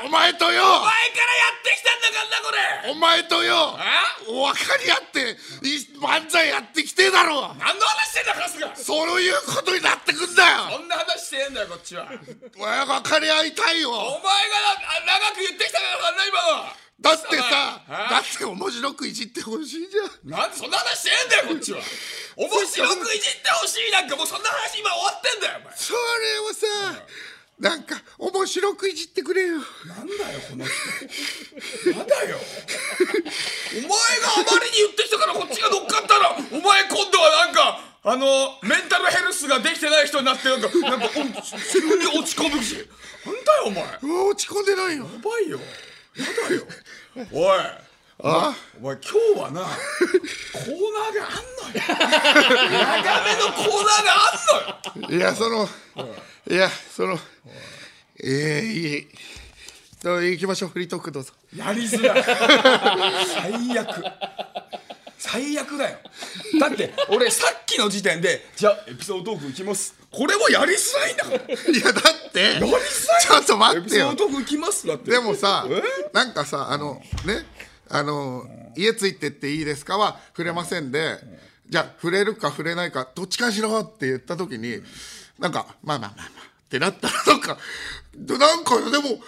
[SPEAKER 3] が
[SPEAKER 2] お前とよ
[SPEAKER 3] お前からやってきたんだからなこ
[SPEAKER 2] お
[SPEAKER 3] れ
[SPEAKER 2] 前とよ
[SPEAKER 3] え
[SPEAKER 2] お分かり合ってい漫才やってきてえだろ
[SPEAKER 3] 何の話してんだカスが
[SPEAKER 2] そういうことになってくんだよ
[SPEAKER 3] そんな話してんだよこっちはお前が
[SPEAKER 2] 俺は分かり合いたい
[SPEAKER 3] な
[SPEAKER 2] よ
[SPEAKER 3] あ長く言ってきたからな今は
[SPEAKER 2] だってさ
[SPEAKER 3] お前え
[SPEAKER 2] だって面白くいじってほしいじゃん
[SPEAKER 3] なんでそんな話してんだよこっち は面白くいじってほしいなんかもうそんな話今終わってんだよお前
[SPEAKER 2] それをさなんか面白くいじってくれよ
[SPEAKER 3] やだよお前があまりに言ってきたからこっちが乗っかったらお前今度はなんかあのメンタルヘルスができてない人になってなんかなんかうん急に落ち込むしなんだよお前や
[SPEAKER 2] うわ落ち込んでないよ
[SPEAKER 3] ばいよやだよおい
[SPEAKER 2] あ
[SPEAKER 3] お前今日はなコーナーが あんのよ長めのコーナーがあんのよ
[SPEAKER 2] いやそのいやそのええいいそう行きましょうフリートークどうぞ
[SPEAKER 3] やりづらい最悪最悪だよだって俺さっきの時点でじゃあエピソードトークいきますこれもやりづらいんだからやり
[SPEAKER 2] いやだって
[SPEAKER 3] づらい
[SPEAKER 2] ちょっと待ってよ
[SPEAKER 3] エピソードトークいきますだって
[SPEAKER 2] でもさ
[SPEAKER 3] え
[SPEAKER 2] なんかさあのねあの家ついてっていいですかは触れませんでじゃあ触れるか触れないかどっちかしろって言った時になんかまあまあまあまあってなったらなんかでなんかでも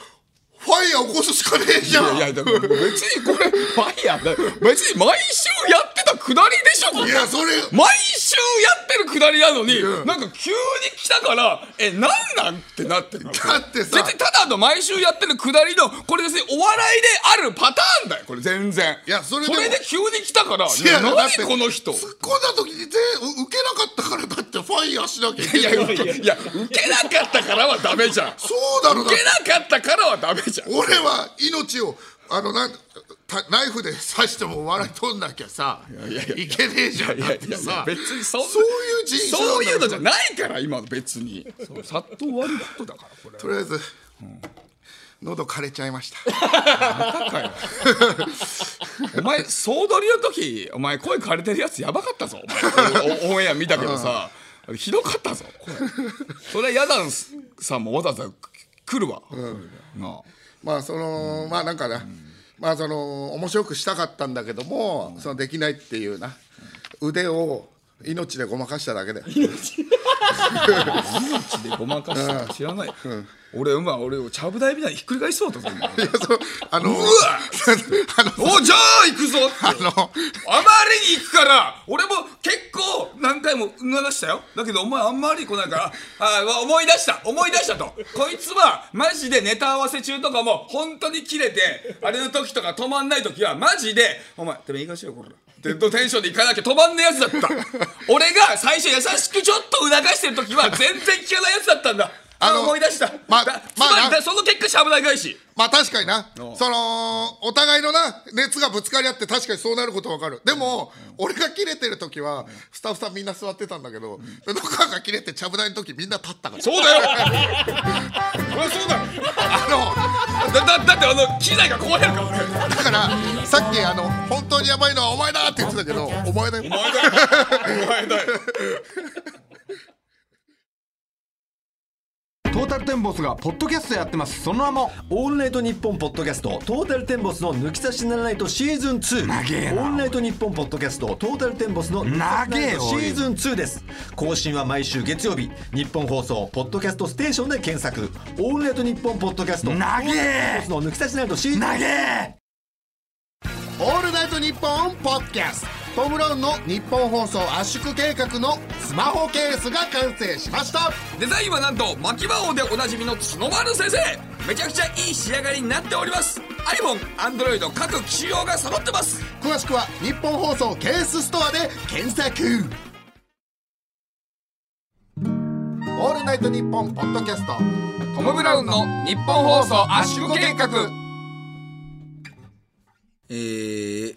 [SPEAKER 2] ファイヤー起こすしかねえじゃん
[SPEAKER 3] いやいやだから別にこれ 毎やだ別に毎週やってたくだりでしょこれ
[SPEAKER 2] いやそれ
[SPEAKER 3] 毎週やってるくだりなのに、
[SPEAKER 2] うん
[SPEAKER 3] なんか急に来たからえなんなんってなってるだ
[SPEAKER 2] だってさ
[SPEAKER 3] 別にただの毎週やってるくだりのこれ別にお笑いであるパターンだよこれ全然
[SPEAKER 2] いやそれでも
[SPEAKER 3] 急に来たからい
[SPEAKER 2] 違
[SPEAKER 3] や
[SPEAKER 2] うよだっ
[SPEAKER 3] 何
[SPEAKER 2] て
[SPEAKER 3] この人
[SPEAKER 2] 突っ込んだ時に全う受けなかったからだってファイヤーしなきゃい
[SPEAKER 3] い
[SPEAKER 2] けな
[SPEAKER 3] や
[SPEAKER 2] い
[SPEAKER 3] いやいや受けなかったからはダメじゃん受
[SPEAKER 2] そうだろうな
[SPEAKER 3] けなかったからはダメじゃん
[SPEAKER 2] 俺は命をあのなんたナイフで刺しても笑い取んなきゃさいけねえじゃん
[SPEAKER 3] いや
[SPEAKER 2] だっ
[SPEAKER 3] い
[SPEAKER 2] て
[SPEAKER 3] やいや
[SPEAKER 2] さ
[SPEAKER 3] 別にそんな
[SPEAKER 2] そういう人種
[SPEAKER 3] そういうのじゃ
[SPEAKER 2] ゃ
[SPEAKER 3] ないから今の別にさっと終わることだからこれ
[SPEAKER 2] とりあえず、喉枯れちゃいました
[SPEAKER 3] かよ お前総取りの時お前声枯れてるやつやばかったぞお前おオンエア見たけどさひどかったぞ声それはヤダンさんもわざわざ来るわ、なあ
[SPEAKER 2] まあそのまあなんかな、まあその面白くしたかったんだけども、そのできないっていうな腕を命でごまかしただけで
[SPEAKER 3] 命でごまかしたか知らない、俺今俺をちゃぶ台みたいにひっくり返しそうだったぞ今
[SPEAKER 2] あの あの
[SPEAKER 3] おじゃあ行くぞって
[SPEAKER 2] あの
[SPEAKER 3] あまりに行くから俺も結構何回も促したよだけどお前あんまり来ないからああ思い出した思い出したとこいつはマジでネタ合わせ中とかも本当に切れてあれの時とか止まんない時はマジで「お前てめえいいかしよこれ」ってテンションで行かなきゃ止まんねえやつだった俺が最初優しくちょっと促してる時は 全然聞かないやつだったんだあ
[SPEAKER 2] あの
[SPEAKER 3] 思い出した、
[SPEAKER 2] ま
[SPEAKER 3] だつ
[SPEAKER 2] まあ
[SPEAKER 3] まり
[SPEAKER 2] な
[SPEAKER 3] だその結果しゃぶ台返し
[SPEAKER 2] まあ確かにな、
[SPEAKER 3] うん
[SPEAKER 2] そのお互いのな熱がぶつかり合って確かにそうなることわかるでも、俺が切れてる時はスタッフさんみんな座ってたんだけど、で野川が切れてちゃぶ台の時みんな立ったから
[SPEAKER 3] そうだよそりゃそうだよ
[SPEAKER 2] あ
[SPEAKER 3] だだだってあの機材が壊れるから俺
[SPEAKER 2] の だからさっきあの本当にやばいのはお前だって言ってたけどお前だよ
[SPEAKER 3] お前だよお前だよ
[SPEAKER 6] トータルテンボスがポッドキャストやってますその名も
[SPEAKER 7] オールナイトニッポンポッドキャストトータルテンボスの抜き差しならないとシーズン2
[SPEAKER 6] え
[SPEAKER 7] オ
[SPEAKER 6] な
[SPEAKER 7] ールナイトニッポンポッドキャストトータルテンボスの抜き差しならないとシーズン2です更新は毎週月曜日日本放送ポッドキャストステーションで検索オールナイトニッポンポッドキャスト
[SPEAKER 6] なげえ
[SPEAKER 7] の抜き差しならないとシーズン
[SPEAKER 6] なげえ
[SPEAKER 2] オールナイトニッポンポッドキャストトム・ブラウンの日本放送圧縮計画のスマホケースが完成しました
[SPEAKER 3] デザインはなんと牧場王でおなじみの角丸先生めちゃくちゃいい仕上がりになっております iPhone、Android 各機種用が揃ってます
[SPEAKER 2] 詳しくは日本放送ケースストアで検索オールナイトニッポンポッドキャスト
[SPEAKER 3] トム・ブラウンの日本放送圧縮計画えー、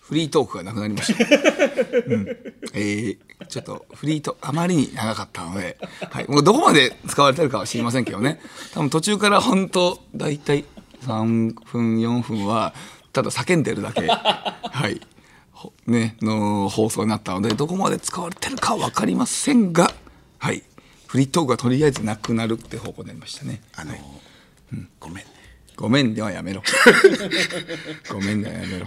[SPEAKER 3] フリートークがなくなりました、うんえーちょっとフリートあまりに長かったので、はい、もうどこまで使われてるかは知りませんけどね多分途中から本当だいたい3分4分はただ叫んでるだけはいほねの放送になったのでどこまで使われてるかは分かりませんがはいフリートークはとりあえずなくなるって方向になりましたね
[SPEAKER 2] あの、ごめんね
[SPEAKER 3] ごめんではやめろ。 ごめんではやめろ。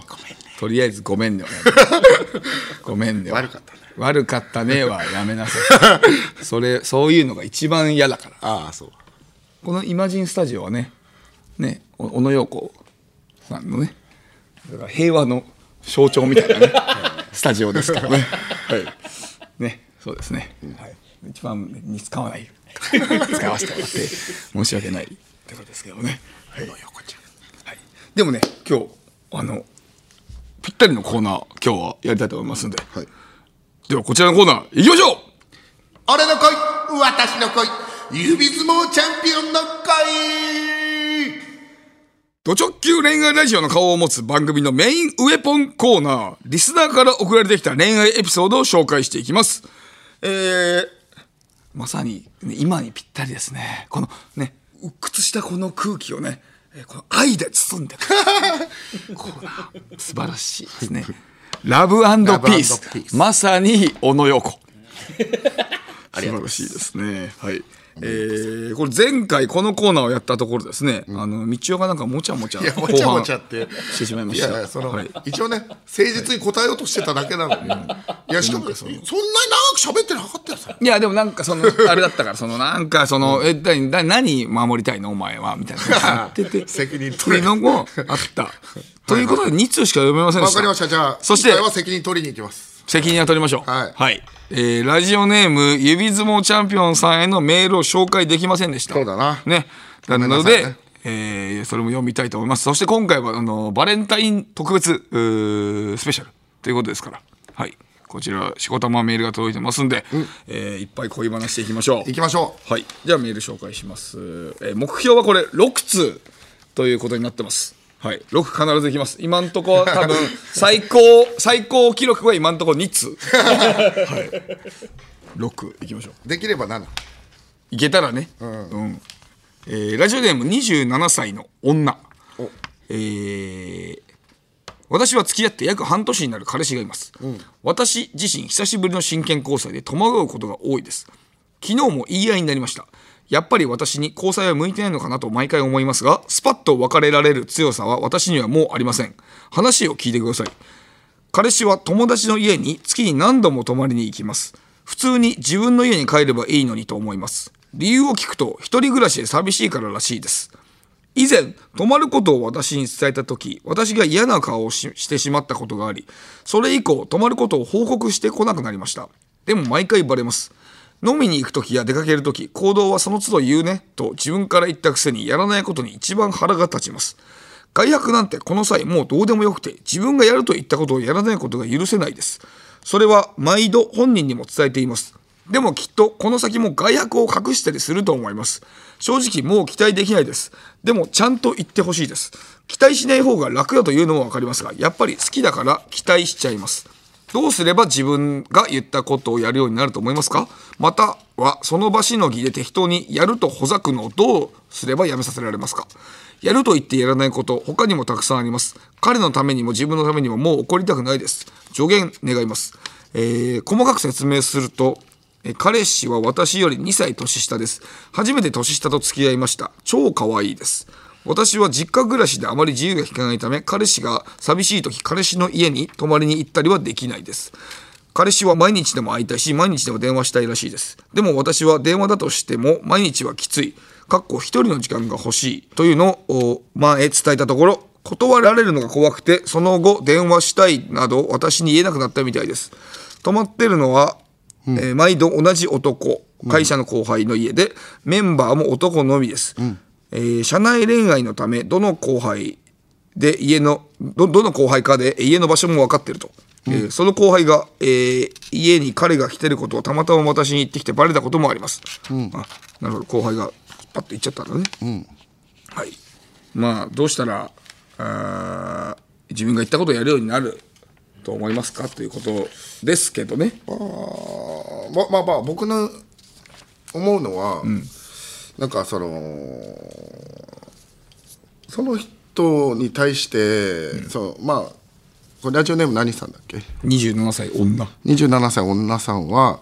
[SPEAKER 3] とりあえずごめんでは やめろ。ごめんでは。
[SPEAKER 2] 悪かったね。
[SPEAKER 3] 悪かったねはやめなさ い。それ、そういうのが一番嫌だから。
[SPEAKER 2] ああそう
[SPEAKER 3] このイマジンスタジオはね、ね、お小野陽子さんのね、だから平和の象徴みたいなね、スタジオですからね。はい。ね、そうですね。はい。一番に使わない。使わせてもらって、申し訳ないってことですけどね。小野陽子ちゃん。はい。でもね、今日、あの、ぴったりのコーナー、今日はやりたいと思いますんで。
[SPEAKER 2] はい
[SPEAKER 3] では、こちらのコーナー、行きましょう
[SPEAKER 2] 俺の恋私の恋指相撲チャンピオンの恋
[SPEAKER 3] ド直球恋愛ラジオの顔を持つ番組のメインウェポンコーナー、リスナーから送られてきた恋愛エピソードを紹介していきます。えー、まさに、ね、今にぴったりですね。このね、鬱屈したこの空気をね、えーこの愛で包んでるコーナー、素晴らしいですね。ラブピース。
[SPEAKER 2] ラブピース
[SPEAKER 3] まさに、小野洋子。素晴らしいですね。はい。えー、これ前回このコーナーをやったところですね、あの道夫がなんかもちゃもちゃ
[SPEAKER 2] いや
[SPEAKER 3] 後
[SPEAKER 2] も
[SPEAKER 3] 半
[SPEAKER 2] ちゃもちゃって
[SPEAKER 3] してしまいま
[SPEAKER 2] い
[SPEAKER 3] した
[SPEAKER 2] やいやその、
[SPEAKER 3] はい
[SPEAKER 2] 一応ね誠実に答えようとしてただけなのに、いやしかもそんなに長く喋ってなかったよさ
[SPEAKER 3] いやでもなん かそのあれだったからそのなんかその、えだだ何守りたいのお前はみたいなこと 言ってて
[SPEAKER 2] 責任
[SPEAKER 3] ってい
[SPEAKER 2] 取
[SPEAKER 3] う
[SPEAKER 2] れ
[SPEAKER 3] のも あったということで2通しか読めませんで
[SPEAKER 2] わ
[SPEAKER 3] した
[SPEAKER 2] かりましたじゃあ
[SPEAKER 3] そして
[SPEAKER 2] 今回は責任取りに行きます
[SPEAKER 3] 責任は取りましょう
[SPEAKER 2] はい
[SPEAKER 3] えーラジオネーム指相撲チャンピオンさんへのメールを紹介できませんでした
[SPEAKER 2] そうだな
[SPEAKER 3] ねな
[SPEAKER 2] めんな
[SPEAKER 3] の
[SPEAKER 2] さい
[SPEAKER 3] で
[SPEAKER 2] ね
[SPEAKER 3] えーそれも読みたいと思いますそして今回はあのバレンタイン特別うースペシャルということですからはいこちらしこたまメールが届いてますんで、えーいっぱい恋話していきましょう
[SPEAKER 2] 行きましょ
[SPEAKER 3] はい、じゃあメール紹介します、えー目標はこれ6通ということになってますはい6必ずいきます今んとこ多分最高最高記録は今んとこ2通はい6いきましょう
[SPEAKER 2] うできれば7
[SPEAKER 3] いけたらね、うんえーラジオネーム27歳の女、えー私は付き合って約半年になる彼氏がいます、私自身久しぶりの真剣交際で戸惑うことが多いです昨日も言い合いになりましたやっぱり私に交際は向いてないのかなと毎回思いますがスパッと別れられる強さは私にはもうありません話を聞いてください彼氏は友達の家に月に何度も泊まりに行きます普通に自分の家に帰ればいいのにと思います理由を聞くと一人暮らしで寂しいかららしいです以前泊まることを私に伝えた時私が嫌な顔をししてしまったことがありそれ以降泊まることを報告してこなくなりましたでも毎回バレます飲みに行く時や出かける時行動はその都度言うねと自分から言ったくせにやらないことに一番腹が立ちます外泊なんてこの際もうどうでもよくて自分がやると言ったことをやらないことが許せないですそれは毎度本人にも伝えていますでもきっとこの先も外泊を隠したりすると思います正直もう期待できないですでもちゃんと言ってほしいです期待しない方が楽だというのは分かりますがやっぱり好きだから期待しちゃいますどうすれば自分が言ったことをやるようになると思いますかまたはその場しのぎで適当にやるとほざくのをどうすればやめさせられますかやると言ってやらないこと他にもたくさんあります彼のためにも自分のためにももう怒りたくないです助言願います、えー細かく説明するとえー彼氏は私より2歳年下です初めて年下と付き合いました超可愛いです私は実家暮らしであまり自由が利かないため彼氏が寂しい時彼氏の家に泊まりに行ったりはできないです彼氏は毎日でも会いたいし毎日でも電話したいらしいですでも私は電話だとしても毎日はきついかっこ一人の時間が欲しいというのを前へ伝えたところ断られるのが怖くてその後電話したいなど私に言えなくなったみたいです泊まってるのはえー毎度同じ男会社の後輩の家で、メンバーも男のみです、えー社内恋愛のためどの後輩で家のどどの後輩かでえー家の場所も分かってると、えーその後輩が、えー家に彼が来てることをたまたま私に言ってきてバレたこともあります、あなるほど後輩がパッと行っちゃったんだね、はいまあどうしたらあー自分が言ったことをやるようになると思いますかということですけどね。
[SPEAKER 2] ままあまあ僕の思うのは、なんかそのその人に対して、そうまあこれラジオネーム何さんだっけ
[SPEAKER 3] 27歳女。
[SPEAKER 2] 27歳女さんは、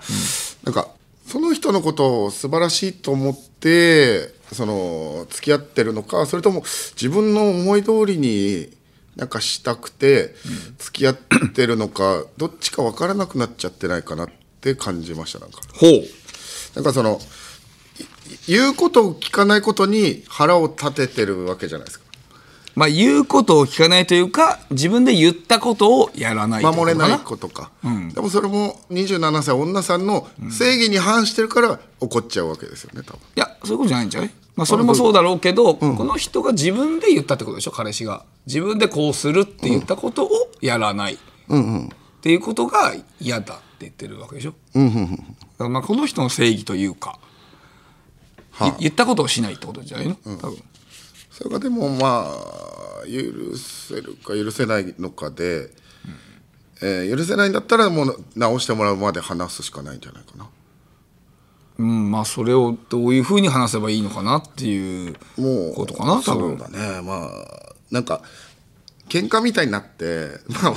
[SPEAKER 2] なんかその人のことを素晴らしいと思ってその付き合ってるのかそれとも自分の思い通りになんかしたくて付き合ってるのか、どっちか分からなくなっちゃってないかなって感じましたなんか
[SPEAKER 3] ほう。
[SPEAKER 2] なんかそのい言うことを聞かないことに腹を立ててるわけじゃないですか
[SPEAKER 3] まあ、言うことを聞かないというか、自分で言ったことをやらないとう
[SPEAKER 2] 守れない
[SPEAKER 3] か
[SPEAKER 2] ことか、でもそれも27歳女さんの正義に反してるから怒っちゃうわけですよね多分。
[SPEAKER 3] いや、そういうことじゃないんじゃないまあ、それもそうだろうけど、この人が自分で言ったってことでしょ、彼氏が。自分でこうするって言ったことをやらない。っていうことが嫌だって言ってるわけでしょ。だからまあ、この人の正義というか、い言ったことをしないってことじゃないの、多分。
[SPEAKER 2] それがでもまあ許せるか許せないのかで、えー許せないんだったらもう直してもらうまで話すしかないんじゃないかな
[SPEAKER 3] うん、まあ、それをどういうふうに話せばいいのかなっていう
[SPEAKER 2] もう
[SPEAKER 3] ことかな、多
[SPEAKER 2] そう
[SPEAKER 3] 分。
[SPEAKER 2] だねまあなんか喧嘩みたいになって、 まあ、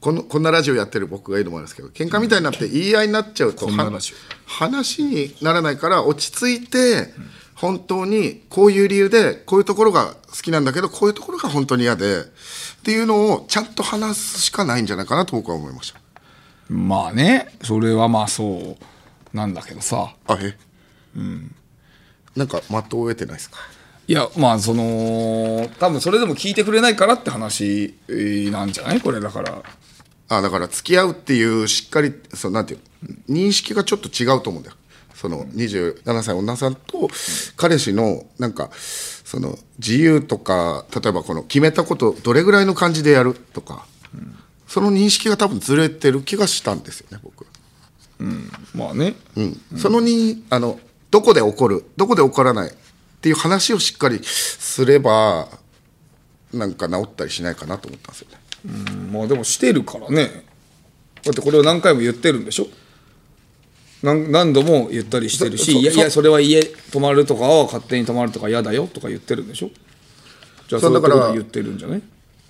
[SPEAKER 2] このこんなラジオやってる僕がいるのもあるんですけど喧嘩みたいになって言い合いになっちゃうと
[SPEAKER 3] んな
[SPEAKER 2] は
[SPEAKER 3] ラジ
[SPEAKER 2] 話にならないから落ち着いて本当にこういう理由でこういうところが好きなんだけどこういうところが本当に嫌でっていうのをちゃんと話すしかないんじゃないかなと僕は思いました。
[SPEAKER 3] まあね、それはまあそうなんだけどさ。
[SPEAKER 2] あえ、うん、なんか的を得てないですか
[SPEAKER 3] いやまあその多分それでも聞いてくれないからって話えーなんじゃないこれだから
[SPEAKER 2] あだから付き合うっていうしっかりそのなんていう認識がちょっと違うと思うんだよその27歳女さんと彼氏のなんかその自由とか例えばこの決めたことどれぐらいの感じでやるとか、その認識が多分ずれてる気がしたんですよね僕、
[SPEAKER 3] まあね、
[SPEAKER 2] うん、そのにあのどこで起こるどこで起こらないっていう話をしっかりすればなんか治ったりしないかなと思ったんですよね
[SPEAKER 3] まあでもしてるからねだってこれを何回も言ってるんでしょ何何度も言ったりしてるし「
[SPEAKER 2] そ
[SPEAKER 3] いやい
[SPEAKER 2] そ
[SPEAKER 3] やそれは家泊まるとかは勝手に泊まるとか嫌だよ」とか言ってるんでしょじゃあ
[SPEAKER 2] そ
[SPEAKER 3] そうういうこ
[SPEAKER 2] だ
[SPEAKER 3] と
[SPEAKER 2] から
[SPEAKER 3] は言ってるんじゃない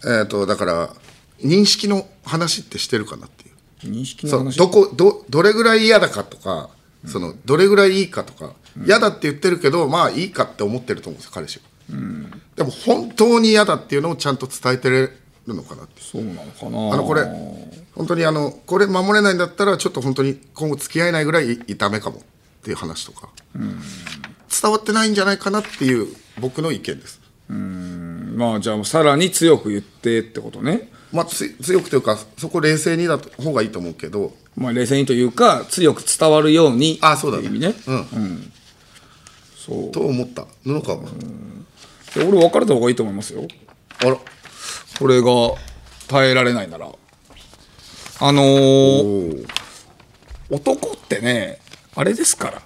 [SPEAKER 2] えー、とだから認識の話ってしてるかなっていう
[SPEAKER 3] 認識
[SPEAKER 2] そ
[SPEAKER 3] の
[SPEAKER 2] の
[SPEAKER 3] 話
[SPEAKER 2] どこどどれぐらい嫌だかとか、そのどれぐらいいいかとか、嫌だって言ってるけどまあいいかって思ってると思うんですよ彼氏は、でも本当に嫌だっていうのをちゃんと伝えてるのかなっていう
[SPEAKER 3] そうなのか
[SPEAKER 2] あ
[SPEAKER 3] な
[SPEAKER 2] のこれ本当にあのこれ守れないんだったらちょっと本当に今後付き合えないぐらいダメかもっていう話とか、伝わってないんじゃないかなっていう僕の意見です
[SPEAKER 3] まあじゃあさらに強く言ってってことね
[SPEAKER 2] まあ、つ強くというかそこ冷静にだと方がいいと思うけど
[SPEAKER 3] まあ冷静にというか強く伝わるように
[SPEAKER 2] あそうだね
[SPEAKER 3] ってい意味ね
[SPEAKER 2] うん
[SPEAKER 3] そう
[SPEAKER 2] と思った布川も
[SPEAKER 3] いや俺別れた方がいいと思いますよ
[SPEAKER 2] あら
[SPEAKER 3] これが耐えられないならあのー男ってねあれですから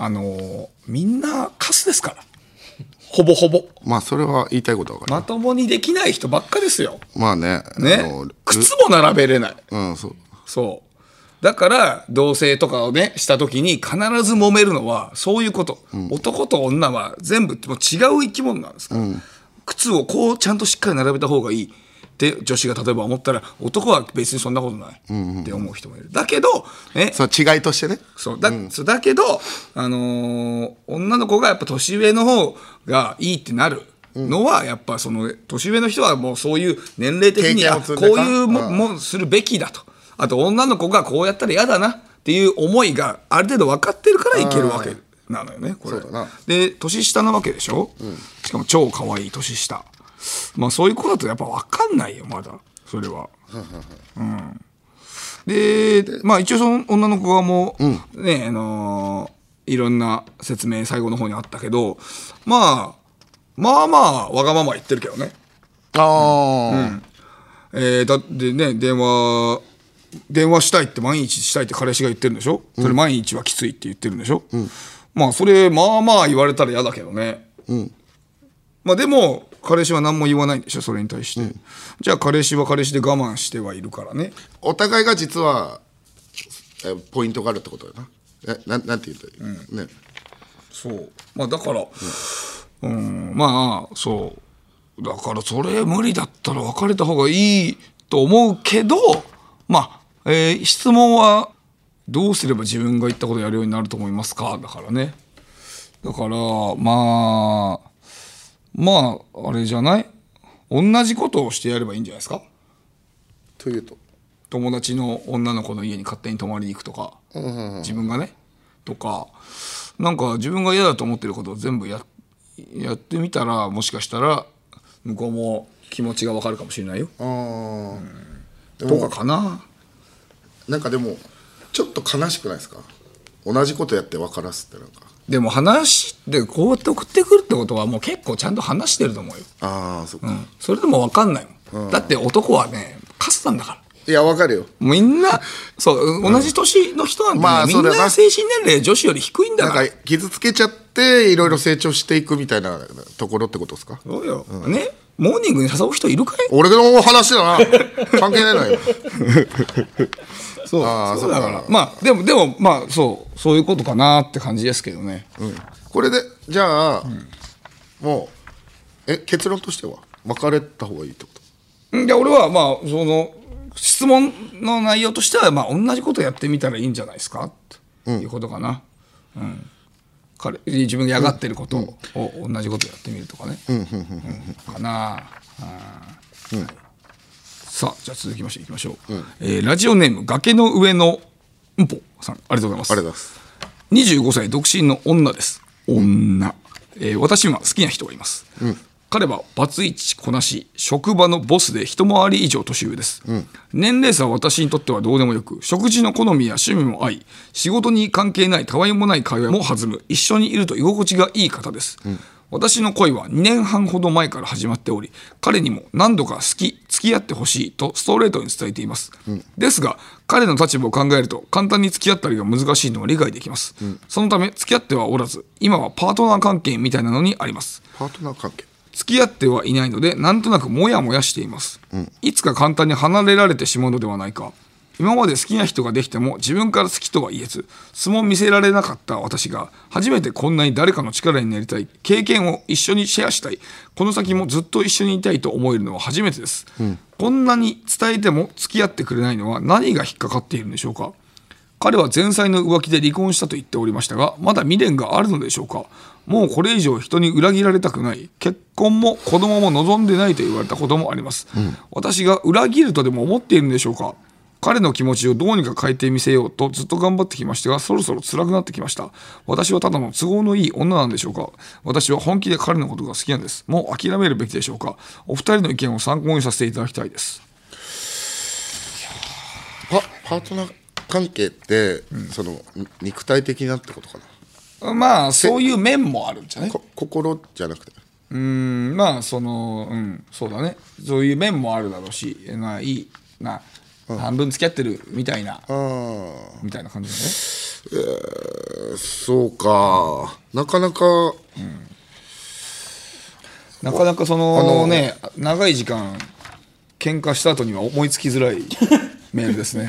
[SPEAKER 3] あのーみんなカスで すからほぼほぼ
[SPEAKER 2] まあそれは言いたいことは分か
[SPEAKER 3] まともにできない人ばっかですよ
[SPEAKER 2] るまあね
[SPEAKER 3] ね
[SPEAKER 2] あのル
[SPEAKER 3] 靴も並べれない
[SPEAKER 2] うんそう
[SPEAKER 3] そうだから同棲とかをねした時に必ず揉めるのはそういうこと、男と女は全部もう違う生き物なんですから、靴をこうちゃんとしっかり並べた方がいいって女子が例えば思ったら男は別にそんなことないって思う人もいるだけど、ね、
[SPEAKER 2] その違いとしてね
[SPEAKER 3] そうだ,、そうだけど、あのー女の子がやっぱ年上の方がいいってなるのは、やっぱその年上の人はもうそういう年齢的
[SPEAKER 2] 経
[SPEAKER 3] に
[SPEAKER 2] 験
[SPEAKER 3] あ
[SPEAKER 2] を
[SPEAKER 3] こ
[SPEAKER 2] 積ん
[SPEAKER 3] う
[SPEAKER 2] でか
[SPEAKER 3] いうも,、
[SPEAKER 2] うん
[SPEAKER 3] もんするべきだとあと女の子がこうやったら嫌だなっていう思いがある程度分かってるからいけるわけなのよねこれ
[SPEAKER 2] そうだな
[SPEAKER 3] で年下なわけでしょ、しかも超可愛い年下まあそういう子だとやっぱ分かんないよまだそれは。でまあ一応その女の子側も、ねあのーいろんな説明最後の方にあったけどまあまあまあわがまま言ってるけどね、
[SPEAKER 2] ああ、
[SPEAKER 3] えーだってね電話電話したいって毎日したいって彼氏が言ってるんでしょそれ毎日はきついって言ってるんでしょ、まあそれまあまあ言われたら嫌だけどね、まあでも彼氏は何も言わないでしょそれに対して、じゃあ彼氏は彼氏で我慢してはいるからね
[SPEAKER 2] お互いが実はえポイントがあるってことだなえなんなんて言ったらいい、ね
[SPEAKER 3] そうまあだからうん、まあそうだからそれ無理だったら別れた方がいいと思うけどまあ、えー質問はどうすれば自分が言ったことをやるようになると思いますかだからねだからまあまああれじゃない同じことをしてやればいいんじゃないですか
[SPEAKER 2] というと
[SPEAKER 3] 友達の女の子の家に勝手に泊まりに行くとか、自分がねとかなんか自分が嫌だと思ってることを全部ややってみたらもしかしたら向こうも気持ちがわかるかもしれないよ
[SPEAKER 2] あーで
[SPEAKER 3] とか
[SPEAKER 2] も
[SPEAKER 3] かな
[SPEAKER 2] なんかでもちょっと悲しくないですか同じことやって分からすってなんか
[SPEAKER 3] でも話ってこうやって送ってくるってことはもう結構ちゃんと話してると思うよ、
[SPEAKER 2] ああそっか、
[SPEAKER 3] うん、それでもわかんないもん、だって男はねカスなんだから
[SPEAKER 2] いや分かるよ
[SPEAKER 3] もうみんなそう同じ年の人なんて、ね
[SPEAKER 2] まあ
[SPEAKER 3] み
[SPEAKER 2] そ
[SPEAKER 3] ん
[SPEAKER 2] うだよな
[SPEAKER 3] な精神年齢女子より低いんだ
[SPEAKER 2] なん
[SPEAKER 3] から
[SPEAKER 2] か傷つけちゃっていろいろ成長していくみたいなところってことですか
[SPEAKER 3] そうよ、ねモーニングに誘う人いるかい
[SPEAKER 2] 俺の話 だな関係ないな今
[SPEAKER 3] そう
[SPEAKER 2] あー
[SPEAKER 3] そうだからまあでもでもまあそうそういうことかなって感じですけどね、
[SPEAKER 2] これでじゃあ、もうえ結論としては別れた方がいいってこと
[SPEAKER 3] うん、で俺はまあその質問の内容としては、まあ、同じことやってみたらいいんじゃないですかということかな、うん彼自分が嫌がってることを、同じことやってみるとかね、うんかなうんさあじゃあ続きましていきましょう、えーラジオネーム崖の上のうんぽさんありがとうございます
[SPEAKER 2] ありがとうございます
[SPEAKER 3] 25歳独身の女です女、えー私には好きな人がいます、彼はバツイチこなし職場のボスで一回り以上年上です、年齢差は私にとってはどうでもよく食事の好みや趣味も合い仕事に関係ないたわいもない会話も弾む一緒にいると居心地がいい方です、私の恋は2年半ほど前から始まっており彼にも何度か好き付き合ってほしいとストレートに伝えています、ですが彼の立場を考えると簡単に付き合ったりが難しいのは理解できます、そのため付き合ってはおらず今はパートナー関係みたいなのにあります
[SPEAKER 2] パートナー関係
[SPEAKER 3] 付き合ってはいないのでなんとなくモヤモヤしています、いつか簡単に離れられてしまうのではないか今まで好きな人ができても自分から好きとは言えず相撲見せられなかった私が初めてこんなに誰かの力になりたい経験を一緒にシェアしたいこの先もずっと一緒にいたいと思えるのは初めてです、こんなに伝えても付き合ってくれないのは何が引っかかっているんでしょうか彼は前妻の浮気で離婚したと言っておりましたがまだ未練があるのでしょうかもうこれ以上人に裏切られたくない結婚も子供も望んでないと言われたこともあります、私が裏切るとでも思っているんでしょうか彼の気持ちをどうにか変えてみせようとずっと頑張ってきましたがそろそろ辛くなってきました私はただの都合のいい女なんでしょうか私は本気で彼のことが好きなんですもう諦めるべきでしょうかお二人の意見を参考にさせていただきたいです
[SPEAKER 2] パパートナー関係って、そのに肉体的なってことかな
[SPEAKER 3] まあそういう面もあるんじゃない
[SPEAKER 2] こ心じゃなくて
[SPEAKER 3] うんまあそのうんそうだねそういう面もあるだろうしまあいいな、半分付き合ってるみたいな
[SPEAKER 2] ああ
[SPEAKER 3] みたいな感じだね
[SPEAKER 2] そうかなかなか
[SPEAKER 3] なかなかそのね長い時間喧嘩した後には思いつきづ らいメールですね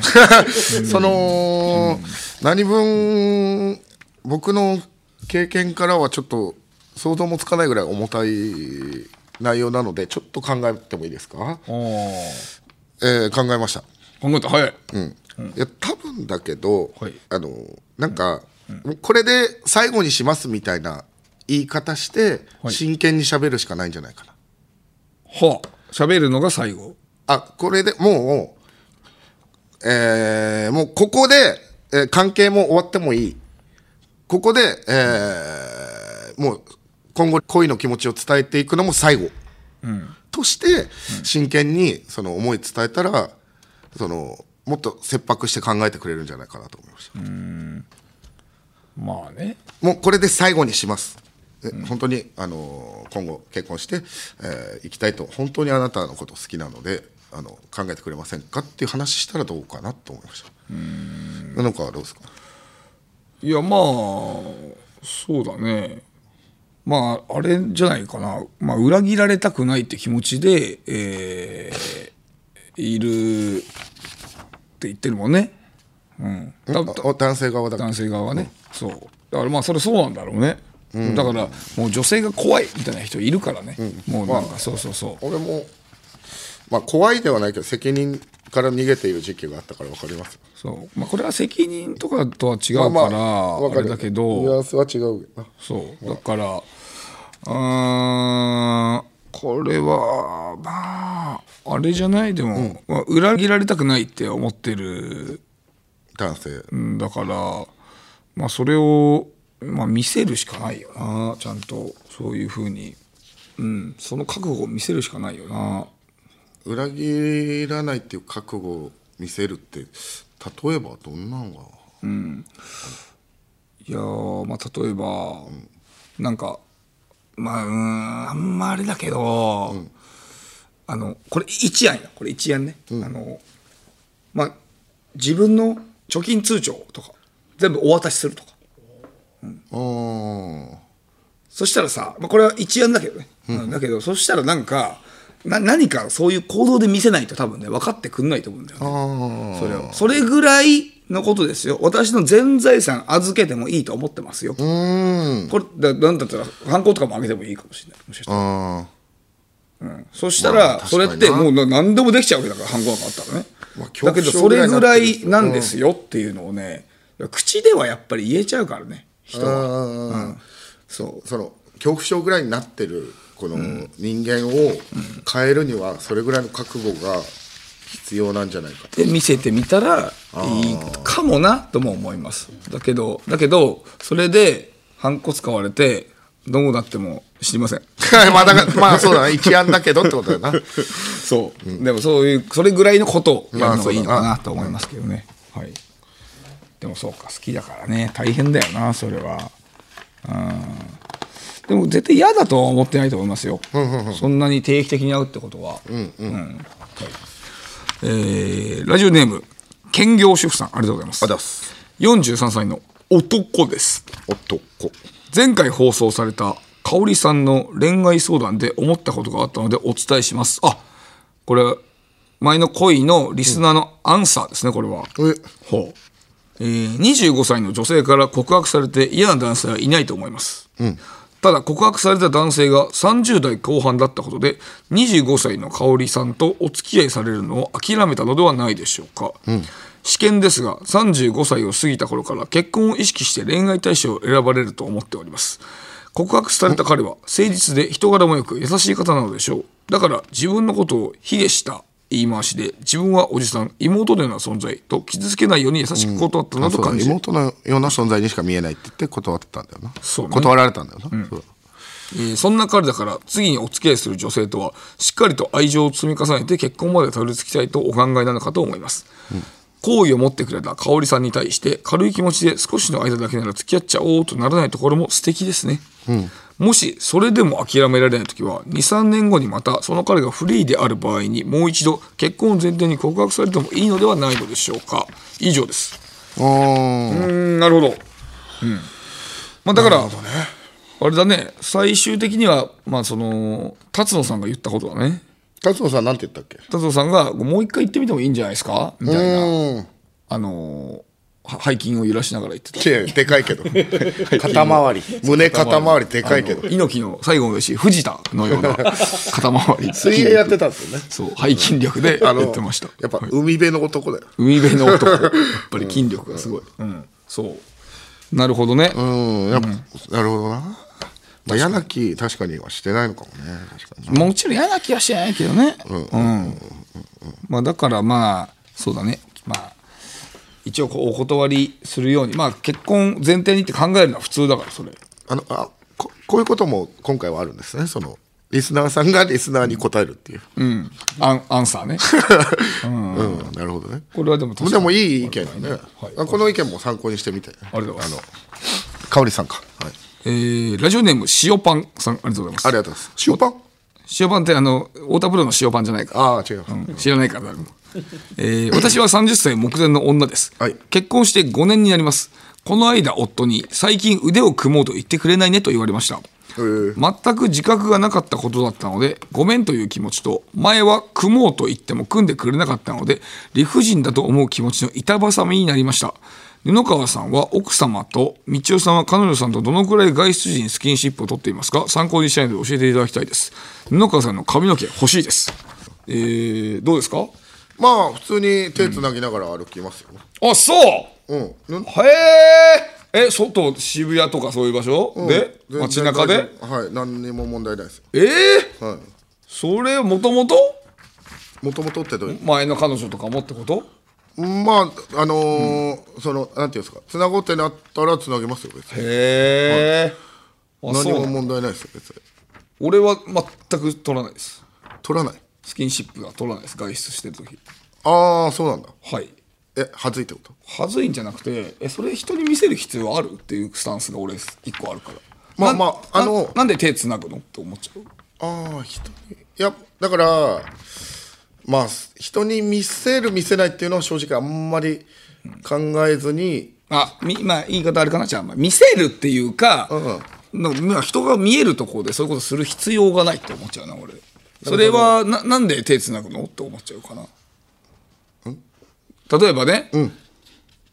[SPEAKER 2] その、何分僕の経験からはちょっと想像もつかないぐらい重たい内容なのでちょっと考えてもいいですか、
[SPEAKER 3] おー
[SPEAKER 2] えー考えました、
[SPEAKER 3] 考えた早い、
[SPEAKER 2] うんいや多分だけど、
[SPEAKER 3] はい
[SPEAKER 2] あのなんか、もうこれで最後にしますみたいな言い方して、
[SPEAKER 3] はい
[SPEAKER 2] 真剣に喋るしかないんじゃないかな
[SPEAKER 3] はあ喋るのが最後
[SPEAKER 2] あこれでもう、えーもうここで、えー関係も終わってもいいここで、えーもう今後恋の気持ちを伝えていくのも最後、として真剣にその思い伝えたらそのもっと切迫して考えてくれるんじゃないかなと思いました、
[SPEAKER 3] まあね
[SPEAKER 2] もうこれで最後にしますえ本当に、あのー今後結婚してい、えー行きたいと本当にあなたのこと好きなのであの考えてくれませんかっていう話したらどうかなと思いましたなんかどうですか
[SPEAKER 3] いやまあそうだねまああれじゃないかな、まあ、裏切られたくないって気持ちで、えーいるって言ってるもんね、うん、だだ
[SPEAKER 2] お男性側だから
[SPEAKER 3] 男性側はね、そうだからまあそれそうなんだろうね、だからもう女性が怖いみたいな人いるからね、もうなんかそうそうそう
[SPEAKER 2] 俺もまあ怖いではないけど責任から逃げている時期があったから分かりますよ
[SPEAKER 3] そう、まあ、これは責任とかとは違うから、
[SPEAKER 2] まあ
[SPEAKER 3] あ
[SPEAKER 2] わか
[SPEAKER 3] れ
[SPEAKER 2] る
[SPEAKER 3] だけ
[SPEAKER 2] ニュア
[SPEAKER 3] ど
[SPEAKER 2] ンスは違うけどな
[SPEAKER 3] そうだからうーんこれはまああれじゃないでも、まあ、裏切られたくないって思ってる
[SPEAKER 2] 男性
[SPEAKER 3] んだからまあそれを、まあ、見せるしかないよなちゃんとそういうふうに、うん、その覚悟を見せるしかないよな。
[SPEAKER 2] 裏切らないっていう覚悟を見せるって例えばどんなんが
[SPEAKER 3] いやーまあ例えば、なんかまあうーんあんまあれだけど、あのこれ一案やこれ一案ね、あのまあ自分の貯金通帳とか全部お渡しするとか
[SPEAKER 2] ああ
[SPEAKER 3] そしたらさ、まあ、これは一案だけどね、うんだけどそしたらなんかな何かそういう行動で見せないと多分ね分かってくんないと思うんだよねそれをそれぐらいのことですよ私の全財産預けてもいいと思ってますよこれだなんだったら犯行とかもあげてもいいかもしれないもしかしたら
[SPEAKER 2] あ
[SPEAKER 3] そしたら、
[SPEAKER 2] 確
[SPEAKER 3] そ
[SPEAKER 2] か
[SPEAKER 3] れ
[SPEAKER 2] に
[SPEAKER 3] っ
[SPEAKER 2] な
[SPEAKER 3] てもうな何でもできちゃうわけだから犯行なんかあったらね、
[SPEAKER 2] まあ
[SPEAKER 3] だけど
[SPEAKER 2] 恐
[SPEAKER 3] そ
[SPEAKER 2] 怖症ぐら
[SPEAKER 3] れ
[SPEAKER 2] いにな
[SPEAKER 3] ぐ
[SPEAKER 2] ってるんです
[SPEAKER 3] らいなんですよっていうのをね、口ではやっぱり言えちゃうからね人は、うんそう
[SPEAKER 2] その恐怖症ぐらいになってるこの人間を変えるにはそれぐらいの覚悟が必要なんじゃないか
[SPEAKER 3] で見せてみたらいいかもなとも思いますだけどだけどそれでハンコ使われてどうなっても知りません
[SPEAKER 2] まだがまあそうだな一案だけどってことだよ な
[SPEAKER 3] そう、でもそういうそれぐらいのことをやるの
[SPEAKER 2] まあそうだ
[SPEAKER 3] が
[SPEAKER 2] ない
[SPEAKER 3] いのかなと思いますけどね、はい、でもそうか好きだからね大変だよなそれはうんでも絶対嫌だとは思ってないと思いますよ、そんなに定期的に会うってことはうんはいえーラジオネーム兼業主婦さんありがとうございます
[SPEAKER 2] あだす
[SPEAKER 3] 43歳の男です
[SPEAKER 2] 男
[SPEAKER 3] 前回放送された香織さんの恋愛相談で思ったことがあったのでお伝えしますあこれ前の恋のリスナーのアンサーですねこれは、
[SPEAKER 2] え
[SPEAKER 3] ほうえー25歳の女性から告白されて嫌な男性はいないと思います、ただ告白された男性が30代後半だったことで25歳の香織さんとお付き合いされるのを諦めたのではないでしょうか、試験ですが35歳を過ぎた頃から結婚を意識して恋愛対象を選ばれると思っております告白された彼は誠実で人柄もよく優しい方なのでしょうだから自分のことを卑下した言い回しで自分はおじさん妹のような存在と傷つけないように優しく断ったなと感じ、
[SPEAKER 2] 妹のような存在にしか見えないって言って断ってたんだよな
[SPEAKER 3] そうね
[SPEAKER 2] 断られたんだよな、そう
[SPEAKER 3] えーそんな彼だから次にお付き合いする女性とはしっかりと愛情を積み重ねて結婚までたどり着きたいとお考えなのかと思います好意、を持ってくれた香織さんに対して軽い気持ちで少しの間だけなら付き合っちゃおうとならないところも素敵ですね、もしそれでも諦められない時は23年後にまたその彼がフリーである場合にもう一度結婚を前提に告白されてもいいのではないのでしょうか以上です
[SPEAKER 2] あー
[SPEAKER 3] うんなるほど、うんまあ、だから、あれだね最終的には、まあ、その辰野さんが言ったことだね
[SPEAKER 2] 達夫さんなんて言ったっけ
[SPEAKER 3] 辰野さんがもう一回行ってみてもいいんじゃないですかみたいな
[SPEAKER 2] うん
[SPEAKER 3] あのは背筋を揺らしながら言ってた
[SPEAKER 2] いやで かいけど 肩回り胸肩回りでかいけど
[SPEAKER 3] あの猪木の最後の吉藤田のよ うな肩回り
[SPEAKER 2] 水泳やってたんですよね
[SPEAKER 3] そう背筋力でやってました
[SPEAKER 2] やっぱ海辺の男だよ
[SPEAKER 3] 海辺の男やっぱり筋力がすごい、うん、そうなるほどね、
[SPEAKER 2] うん、やっぱ、なるほどな。まあ、柳、確かにはしてないのかもね。確かにな。
[SPEAKER 3] もちろん嫌な気はしてないけどね。うん。まあだからまあそうだね。まあ一応こうお断りするようにまあ結婚前提にって考えるのは普通だからそれ。
[SPEAKER 2] あの、あ、こ、こういうことも今回はあるんですね。その、リスナーさんがリスナーに答えるっていう。
[SPEAKER 3] うん。アンアンサーね。
[SPEAKER 2] うん、なるほどね。
[SPEAKER 3] これはでも確
[SPEAKER 2] で
[SPEAKER 3] かに
[SPEAKER 2] もいい意見だね、
[SPEAKER 3] はい
[SPEAKER 2] あこの意見も参考にしてみて。
[SPEAKER 3] ありがとうございます。
[SPEAKER 2] 香織さんか。はい。
[SPEAKER 3] えーラジオネーム塩パンさんありがとうございます。
[SPEAKER 2] ありがとうございます。塩パン。
[SPEAKER 3] 塩パンってあの太田プロの塩パンじゃないか。
[SPEAKER 2] ああ、違う。
[SPEAKER 3] 知らないから誰も、えー私は30歳目前の女です、
[SPEAKER 2] はい
[SPEAKER 3] 結婚して5年になりますこの間夫に最近腕を組もうと言ってくれないねと言われました全く自覚がなかったことだったのでごめんという気持ちと前は組もうと言っても組んでくれなかったので理不尽だと思う気持ちの板挟みになりました布川さんは奥様と道夫さんは彼女さんとどのくらい外出時にスキンシップを取っていますか参考にしたいので教えていただきたいです布川さんの髪の毛欲しいですえー、どうですか
[SPEAKER 2] まあ普通に手つなぎながら歩きますよ、
[SPEAKER 3] あそう
[SPEAKER 2] うんぬ
[SPEAKER 3] へえ。え、外渋谷とかそういう場所、で
[SPEAKER 2] 全然
[SPEAKER 3] 街中
[SPEAKER 2] 大
[SPEAKER 3] で。
[SPEAKER 2] 丈夫はい何にも問題ないですよ
[SPEAKER 3] ええ
[SPEAKER 2] はい
[SPEAKER 3] それもともと
[SPEAKER 2] もともとってどういう
[SPEAKER 3] 前の彼女とかもってこと？
[SPEAKER 2] まああのーそのなんていうんですかつなごうってなったらつなげますよ別に
[SPEAKER 3] へえ。あ、
[SPEAKER 2] 何
[SPEAKER 3] そう
[SPEAKER 2] も
[SPEAKER 3] なの。
[SPEAKER 2] 問題ないですよ別に
[SPEAKER 3] 俺は全く取らないです。
[SPEAKER 2] 取らない
[SPEAKER 3] スキンシップが取らないです。外出してる時。
[SPEAKER 2] ああそうなんだ
[SPEAKER 3] はい。
[SPEAKER 2] え恥ずいってこと
[SPEAKER 3] はずいんじゃなくて、え、それ人に見せる必要あるっていうスタンスが俺一個あるから。
[SPEAKER 2] まあ
[SPEAKER 3] な
[SPEAKER 2] まああの
[SPEAKER 3] ななんで手つなぐのって思っちゃう。
[SPEAKER 2] ああ人にいやだからまあ人に見せる見せないっていうのは正直あんまり考えずに、
[SPEAKER 3] あみまあ言い方あれかなじゃあ、まあ、見せるっていうか、なんかまあ人が見えるところでそういうことする必要がないって思っちゃうな俺それはななんで手つなぐのって思っちゃうかな例えばね、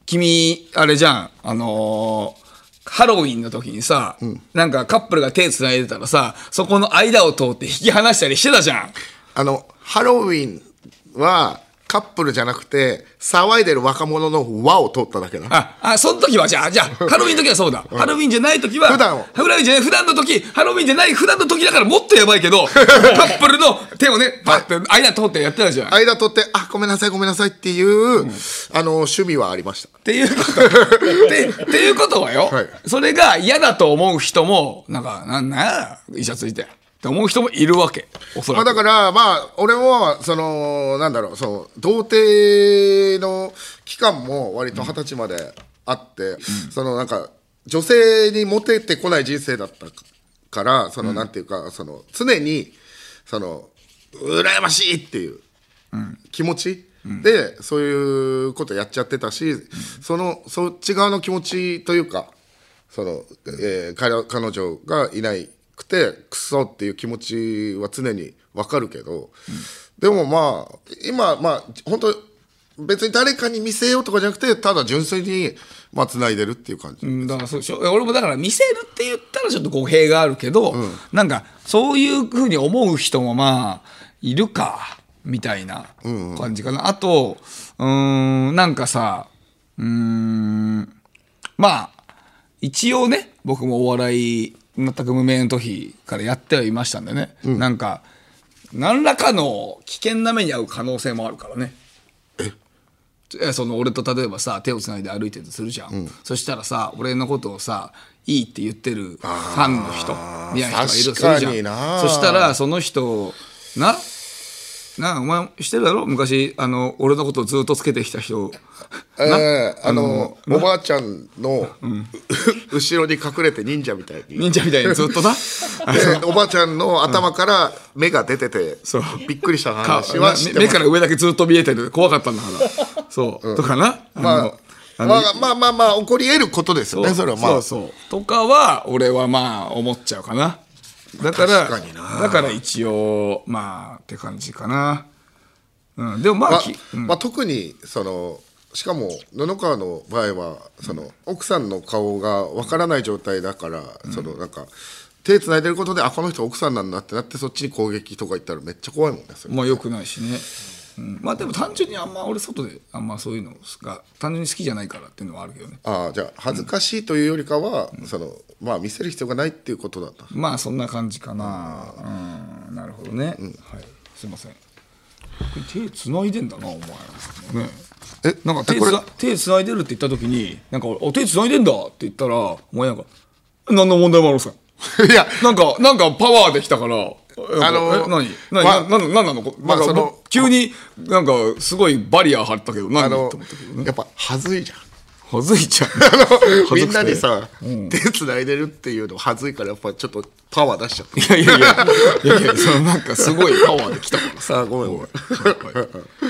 [SPEAKER 3] 君あれじゃんあのーハロウィンの時にさ、なんかカップルが手つないでたらさそこの間を通って引き離したりしてたじゃん
[SPEAKER 2] あのハロウィンはカップルじゃなくて騒いでる若者の輪を通っただけだ
[SPEAKER 3] あ、あ、その時は、じゃあ、じゃあ、ハロウィンの時はそうだ。ハロウィンじゃない時は、
[SPEAKER 2] 普段を
[SPEAKER 3] ハロウィンじゃない、普段の時、ハロウィンじゃない、普段の時だからもっとやばいけど、カップルの 手をね、パッて、間通ってやってたじゃん。っ
[SPEAKER 2] 間取ってあごめんなさいごめんなさいっていう、あの趣味はありました
[SPEAKER 3] ていうこと。 て、っていうことはよ、
[SPEAKER 2] はい
[SPEAKER 3] それが嫌だと思う人も、なんか、なんな、医者ついて。って思う人もいるわけ。おそ
[SPEAKER 2] ま
[SPEAKER 3] ら
[SPEAKER 2] あ、だ
[SPEAKER 3] く。
[SPEAKER 2] からまあ俺もそのなんだろうその童貞の期間も割と二十歳まであって、そのなんか女性にモテてこない人生だったからそのなんていうか、その常にその羨ましいっていう気持ち、でそういうことやっちゃってたし、そのそっち側の気持ちというかその、えー彼彼女がいないくてクソっていう気持ちは常にわかるけど、でもまあ今まあ本当別に誰かに見せようとかじゃなくてただ純粋にまあ繋いでるっていう感じ、
[SPEAKER 3] うんだからそうでしょ俺もだから見せるって言ったらちょっと語弊があるけど、なんかそういうふうに思う人もまあいるかみたいな感じかな、あとうーんなんかさうーんまあ一応ね僕もお笑い全く無名の時からやってはいましたんでね、なんか何らかの危険な目に遭う可能性もあるからね。えその俺と例えばさ手をつないで歩いてるとするじゃん、そしたらさ俺のことをさいいって言ってるファンの人みたいな人がいるとするじゃ
[SPEAKER 2] 確かになん
[SPEAKER 3] そしたらその人ななお前してるだろ昔あの俺のことをずっとつけてきた人
[SPEAKER 2] えーあのおばあちゃんの、 後ろに隠れて忍者みたいに
[SPEAKER 3] 忍者みたいにずっとな
[SPEAKER 2] で おばあちゃんの頭から目が出てて、
[SPEAKER 3] そう
[SPEAKER 2] びっくりした
[SPEAKER 3] か
[SPEAKER 2] 話はしてます
[SPEAKER 3] 目目から上だけずっと見えてる怖かったん だからそう、とかなあの
[SPEAKER 2] まあ、まあまあまあまあ起こり得ることですよねそれはまあ
[SPEAKER 3] そうそうとかは俺はまあ思っちゃうかなだから
[SPEAKER 2] 確かにな
[SPEAKER 3] だから一応まあって感じかな、うん、でもまあ、
[SPEAKER 2] まあ
[SPEAKER 3] き
[SPEAKER 2] まあ特にそのしかも布川の場合はその奥さんの顔がわからない状態だから、そのなんか手つないでることであこの人奥さんなんだってなってそっちに攻撃とか言ったらめっちゃ怖いもんねそれ
[SPEAKER 3] まあ良くないしね、うん、まあでも単純にあんま俺外であんまそういうのが単純に好きじゃないからっていうのはあるけどね
[SPEAKER 2] ああじゃあ恥ずかしいというよりかは、そのまあ見せる必要がないっていうことだった、
[SPEAKER 3] まあそんな感じかなうん、なるほどね、はいすいませんこれ手繋いでんだなお前ね
[SPEAKER 2] え
[SPEAKER 3] なんか手
[SPEAKER 2] えこ
[SPEAKER 3] つ
[SPEAKER 2] れ
[SPEAKER 3] な手繋いでるって言った時になんか俺お手繋いでんだって言ったらお前なんか何の問題もありません
[SPEAKER 2] いや
[SPEAKER 3] なんかなんかパワーできたからあ
[SPEAKER 2] あのー
[SPEAKER 3] 何何、
[SPEAKER 2] まあ
[SPEAKER 3] なななんなのこ
[SPEAKER 2] まあ
[SPEAKER 3] なん
[SPEAKER 2] そ
[SPEAKER 3] か
[SPEAKER 2] の
[SPEAKER 3] 急になんかすごいバリア張ったけど
[SPEAKER 2] あ
[SPEAKER 3] 何
[SPEAKER 2] の
[SPEAKER 3] と思ったけど
[SPEAKER 2] やっぱ恥ずいじゃん
[SPEAKER 3] はずい ちゃう
[SPEAKER 2] みんなにさ、手つないでるっていうの恥ずいからやっぱちょっとパワー出しちゃっ
[SPEAKER 3] いやいやいやいやいやそのなんかすごいパワーできたから
[SPEAKER 2] たさあごめんごめん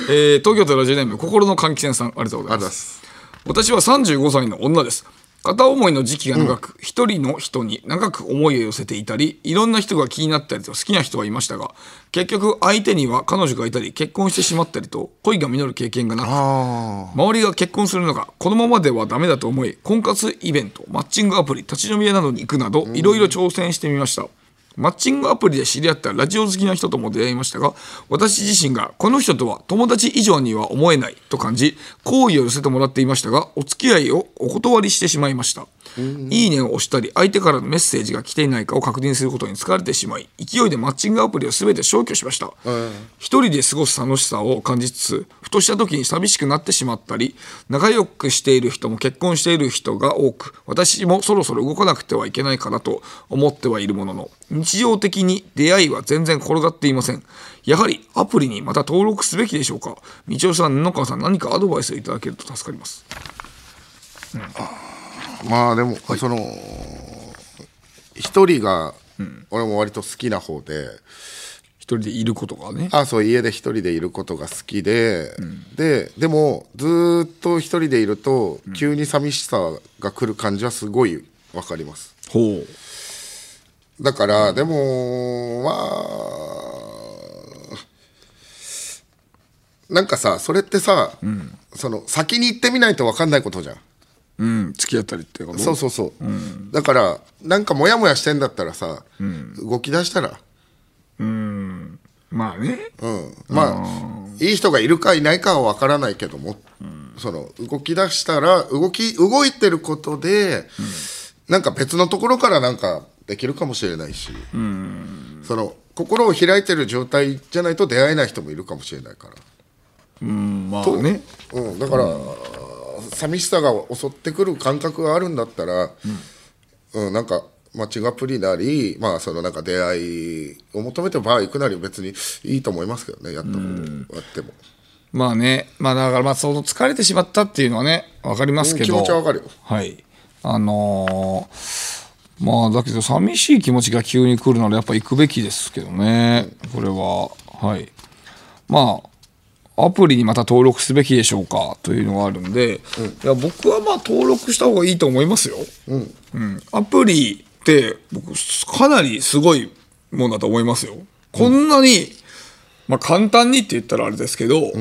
[SPEAKER 3] えー東京都ラジオネーム心の換気扇さんありがとうございます
[SPEAKER 2] ありがとうございま
[SPEAKER 3] 私は35歳の女です片思いの時期が長く一、人の人に長く思いを寄せていたりいろんな人が気になったりと好きな人はいましたが結局相手には彼女がいたり結婚してしまったりと恋が実る経験がなく周りが結婚するのがこのままではダメだと思い婚活イベントマッチングアプリ立ち飲み屋などに行くなどいろいろ挑戦してみました。マッチングアプリで知り合ったラジオ好きな人とも出会いましたが私自身がこの人とは友達以上には思えないと感じ好意を寄せてもらっていましたがお付き合いをお断りしてしまいましたいいねを押したり相手からのメッセージが来ていないかを確認することに疲れてしまい勢いでマッチングアプリを全て消去しました一人で過ごす楽しさを感じつつふとした時に寂しくなってしまったり仲良くしている人も結婚している人が多く私もそろそろ動かなくてはいけないかなと思ってはいるものの日常的に出会いは全然転がっていませんやはりアプリにまた登録すべきでしょうか道夫さん布川さん何かアドバイスをいただけると助かります
[SPEAKER 2] まあでも、その一人が、俺も割と好きな方で
[SPEAKER 3] 一人でいることがね
[SPEAKER 2] あそう家で一人でいることが好きで、ででもずーっと一人でいると急に寂しさが来る感じはすごいわかります
[SPEAKER 3] ほう
[SPEAKER 2] だから、でもまあなんかさそれってさ、その先に行ってみないと分かんないことじゃん
[SPEAKER 3] うん付き合ったりってこと
[SPEAKER 2] そうそうそう、だからなんかモヤモヤしてんだったらさ、動き出したら
[SPEAKER 3] まあね
[SPEAKER 2] うん、まあいい人がいるかいないかは分からないけども、その動き出したら動き動いてることで、なんか別のところからなんかできるかもしれないし、その心を開いてる状態じゃないと出会えない人もいるかもしれないから。
[SPEAKER 3] まあね
[SPEAKER 2] うん、だから、寂しさが襲ってくる感覚があるんだったら、うんなんかマッチングアプリなり、まあ、そのなんか出会いを求めてバー行くなり別にいいと思いますけどねやったことあっても、
[SPEAKER 3] まあね、まあだからまあその疲れてしまったっていうのはね、わかりますけど。
[SPEAKER 2] うん気持ちはわかるよ
[SPEAKER 3] はい。あのーまあだけど寂しい気持ちが急に来るならやっぱ行くべきですけどね、これは。はい。まあ、アプリにまた登録すべきでしょうかというのがあるんで、いや僕はまあ登録した方がいいと思いますよ。うんアプリって僕かなりすごいもんだと思いますよ。こんなに、まあ、簡単にって言ったらあれですけど、はい、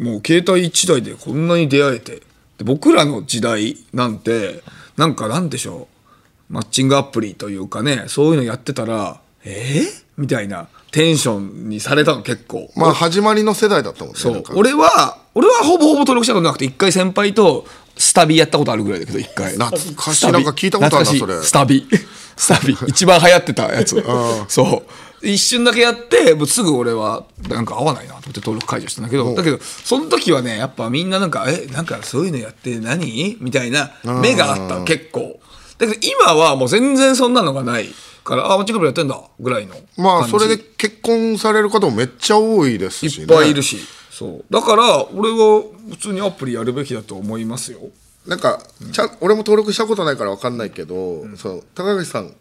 [SPEAKER 3] もう携帯1台でこんなに出会えてで僕らの時代なんてなんかなんでしょうマッチングアプリというかねそういうのやってたらえー、みたいなテンションにされたの結構。
[SPEAKER 2] まあ始まりの世代だったもんね
[SPEAKER 3] そ
[SPEAKER 2] なん
[SPEAKER 3] う
[SPEAKER 2] か
[SPEAKER 3] 俺は俺はほぼほぼ登録したことなくて一回先輩とスタビやったことあるぐらいだけど一回
[SPEAKER 2] 懐かしい
[SPEAKER 3] スタビ
[SPEAKER 2] なんか聞いたことあるな
[SPEAKER 3] 懐かしい
[SPEAKER 2] それ
[SPEAKER 3] スタビ スタビ一番流行ってたやつそう一瞬だけやってもうすぐ俺はなんか合わないなと思って登録解除したんだけどだけどその時はねやっぱみんななんかえなんかそういうのやって何みたいな目があった結構だけど今はもう全然そんなのがないからあマッチングアプリやってんだぐらいの
[SPEAKER 2] まあ
[SPEAKER 3] 感じ
[SPEAKER 2] それで結婚される方もめっちゃ多いですし、
[SPEAKER 3] い
[SPEAKER 2] ね、
[SPEAKER 3] っぱいいるし、そうだから俺は普通にアプリやるべきだと思いますよ
[SPEAKER 2] なんかちゃん俺も登録したことないから分かんないけど、その高橋さん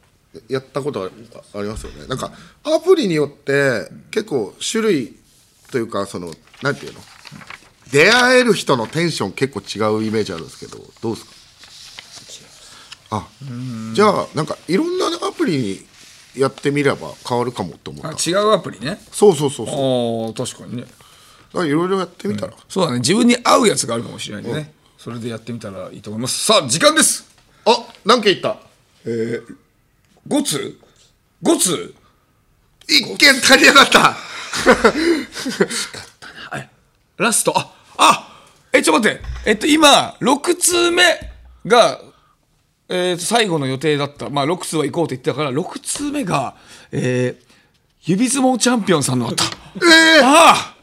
[SPEAKER 2] やったことあありますよねなんかアプリによって結構種類というかそのなんていうの出会える人のテンション結構違うイメージあるんですけどどうですかあじゃあなんかいろんなアプリやってみれば変わるかもって思った
[SPEAKER 3] あ違うアプリね
[SPEAKER 2] そうそうそう
[SPEAKER 3] あ
[SPEAKER 2] そう
[SPEAKER 3] あ確かにね
[SPEAKER 2] だからいろいろやってみたら、
[SPEAKER 3] そうだね自分に合うやつがあるかもしれないんでね、それでやってみたらいいと思いますさあ時間です
[SPEAKER 2] あ何件いった
[SPEAKER 3] 5通5通
[SPEAKER 2] 一件足りなかった
[SPEAKER 3] ラストああえちょっと待ってえっと今6通目がえーと最後の予定だった、まあ、6通は行こうと言ってたから6通目が、えー指相撲チャンピオンさんのあった、ああ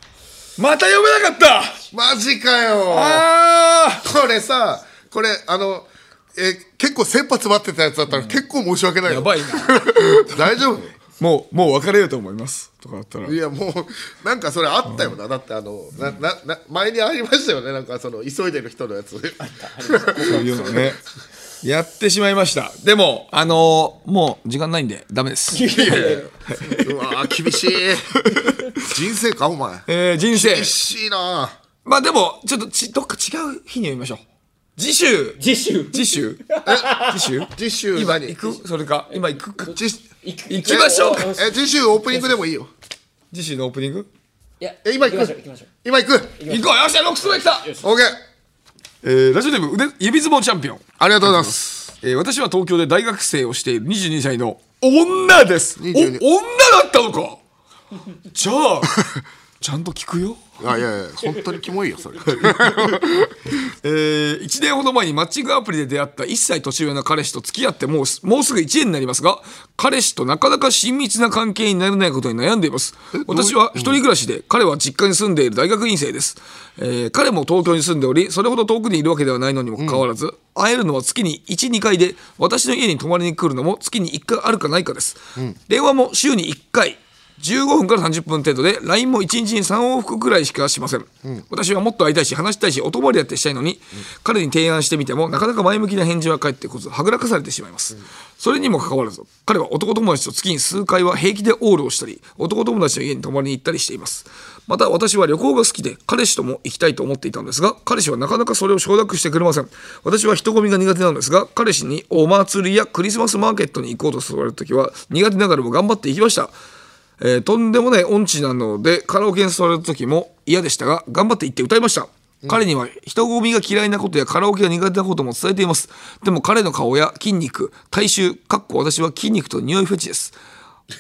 [SPEAKER 3] また読めなかった
[SPEAKER 2] マジかよ
[SPEAKER 3] あ
[SPEAKER 2] これさこれあのえ結構先発待ってたやつだったら結構申し訳ない
[SPEAKER 3] あ
[SPEAKER 2] よ
[SPEAKER 3] やばいな
[SPEAKER 2] 大丈
[SPEAKER 3] もうもう別れようと思いますとかだったら
[SPEAKER 2] 夫いやもうなんかそれあったよなだってあのななな前にありましたよねなんかその急いでる人のやつ
[SPEAKER 3] そういうのねやってしまいましたでもあのーもう時間ないんでダメです、
[SPEAKER 2] うわー厳しい人生かお前
[SPEAKER 3] えー人生
[SPEAKER 2] 厳しいな
[SPEAKER 3] まあでもちょっとちどっか違う日に読みましょう次週
[SPEAKER 8] 次週
[SPEAKER 3] 次週次週
[SPEAKER 2] 次週
[SPEAKER 3] 今
[SPEAKER 2] 何
[SPEAKER 3] 行くそれか今行くか
[SPEAKER 2] 次
[SPEAKER 8] 行く
[SPEAKER 3] 行きましょう
[SPEAKER 8] え
[SPEAKER 2] え次週オープニングでもいいよ
[SPEAKER 3] 次週のオープニング
[SPEAKER 8] いや
[SPEAKER 2] え今行
[SPEAKER 8] 行きま
[SPEAKER 2] く
[SPEAKER 8] しょう行きましょう
[SPEAKER 2] 今行く
[SPEAKER 3] 行こうよっしゃロックストライクだ
[SPEAKER 2] OK
[SPEAKER 3] えーラジオネーム腕指相撲チャンピオン
[SPEAKER 2] ありがとうございます
[SPEAKER 3] えー私は東京で大学生をしている22歳の女です。お女
[SPEAKER 2] 22
[SPEAKER 3] だったのかじゃあ、ちゃんと聞くよ。
[SPEAKER 2] あいやいや本当にキモいよ それ
[SPEAKER 3] えー、1年ほど前にマッチングアプリで出会った1歳年上の彼氏と付き合ってもうすもうすぐ1年になりますが彼氏となかなか親密な関係になれないことに悩んでいます私は一人暮らしで彼は実家に住んでいる大学院生です、えー彼も東京に住んでおりそれほど遠くにいるわけではないのにもかかわらず、会えるのは月に12回で私の家に泊まりに来るのも月に1回あるかないかです、電話も週に1回15分から30分程度で LINE も1日に3往復くらいしかしません、私はもっと会いたいし話したいしお泊まりだってしたいのに、彼に提案してみてもなかなか前向きな返事は返ってこずはぐらかされてしまいます、それにもかかわらず彼は男友達と月に数回は平気でオールをしたり男友達の家に泊まりに行ったりしていますまた私は旅行が好きで彼氏とも行きたいと思っていたんですが彼氏はなかなかそれを承諾してくれません私は人混みが苦手なんですが彼氏にお祭りやクリスマスマーケットに行こうと誘われた時は苦手ながらも頑張って行きましたえーとんでもない音痴なのでカラオケに座れた時も嫌でしたが頑張って行って歌いました、彼には人混みが嫌いなことやカラオケが苦手なことも伝えていますでも彼の顔や筋肉体臭かっこ私は筋肉と匂いフェチです、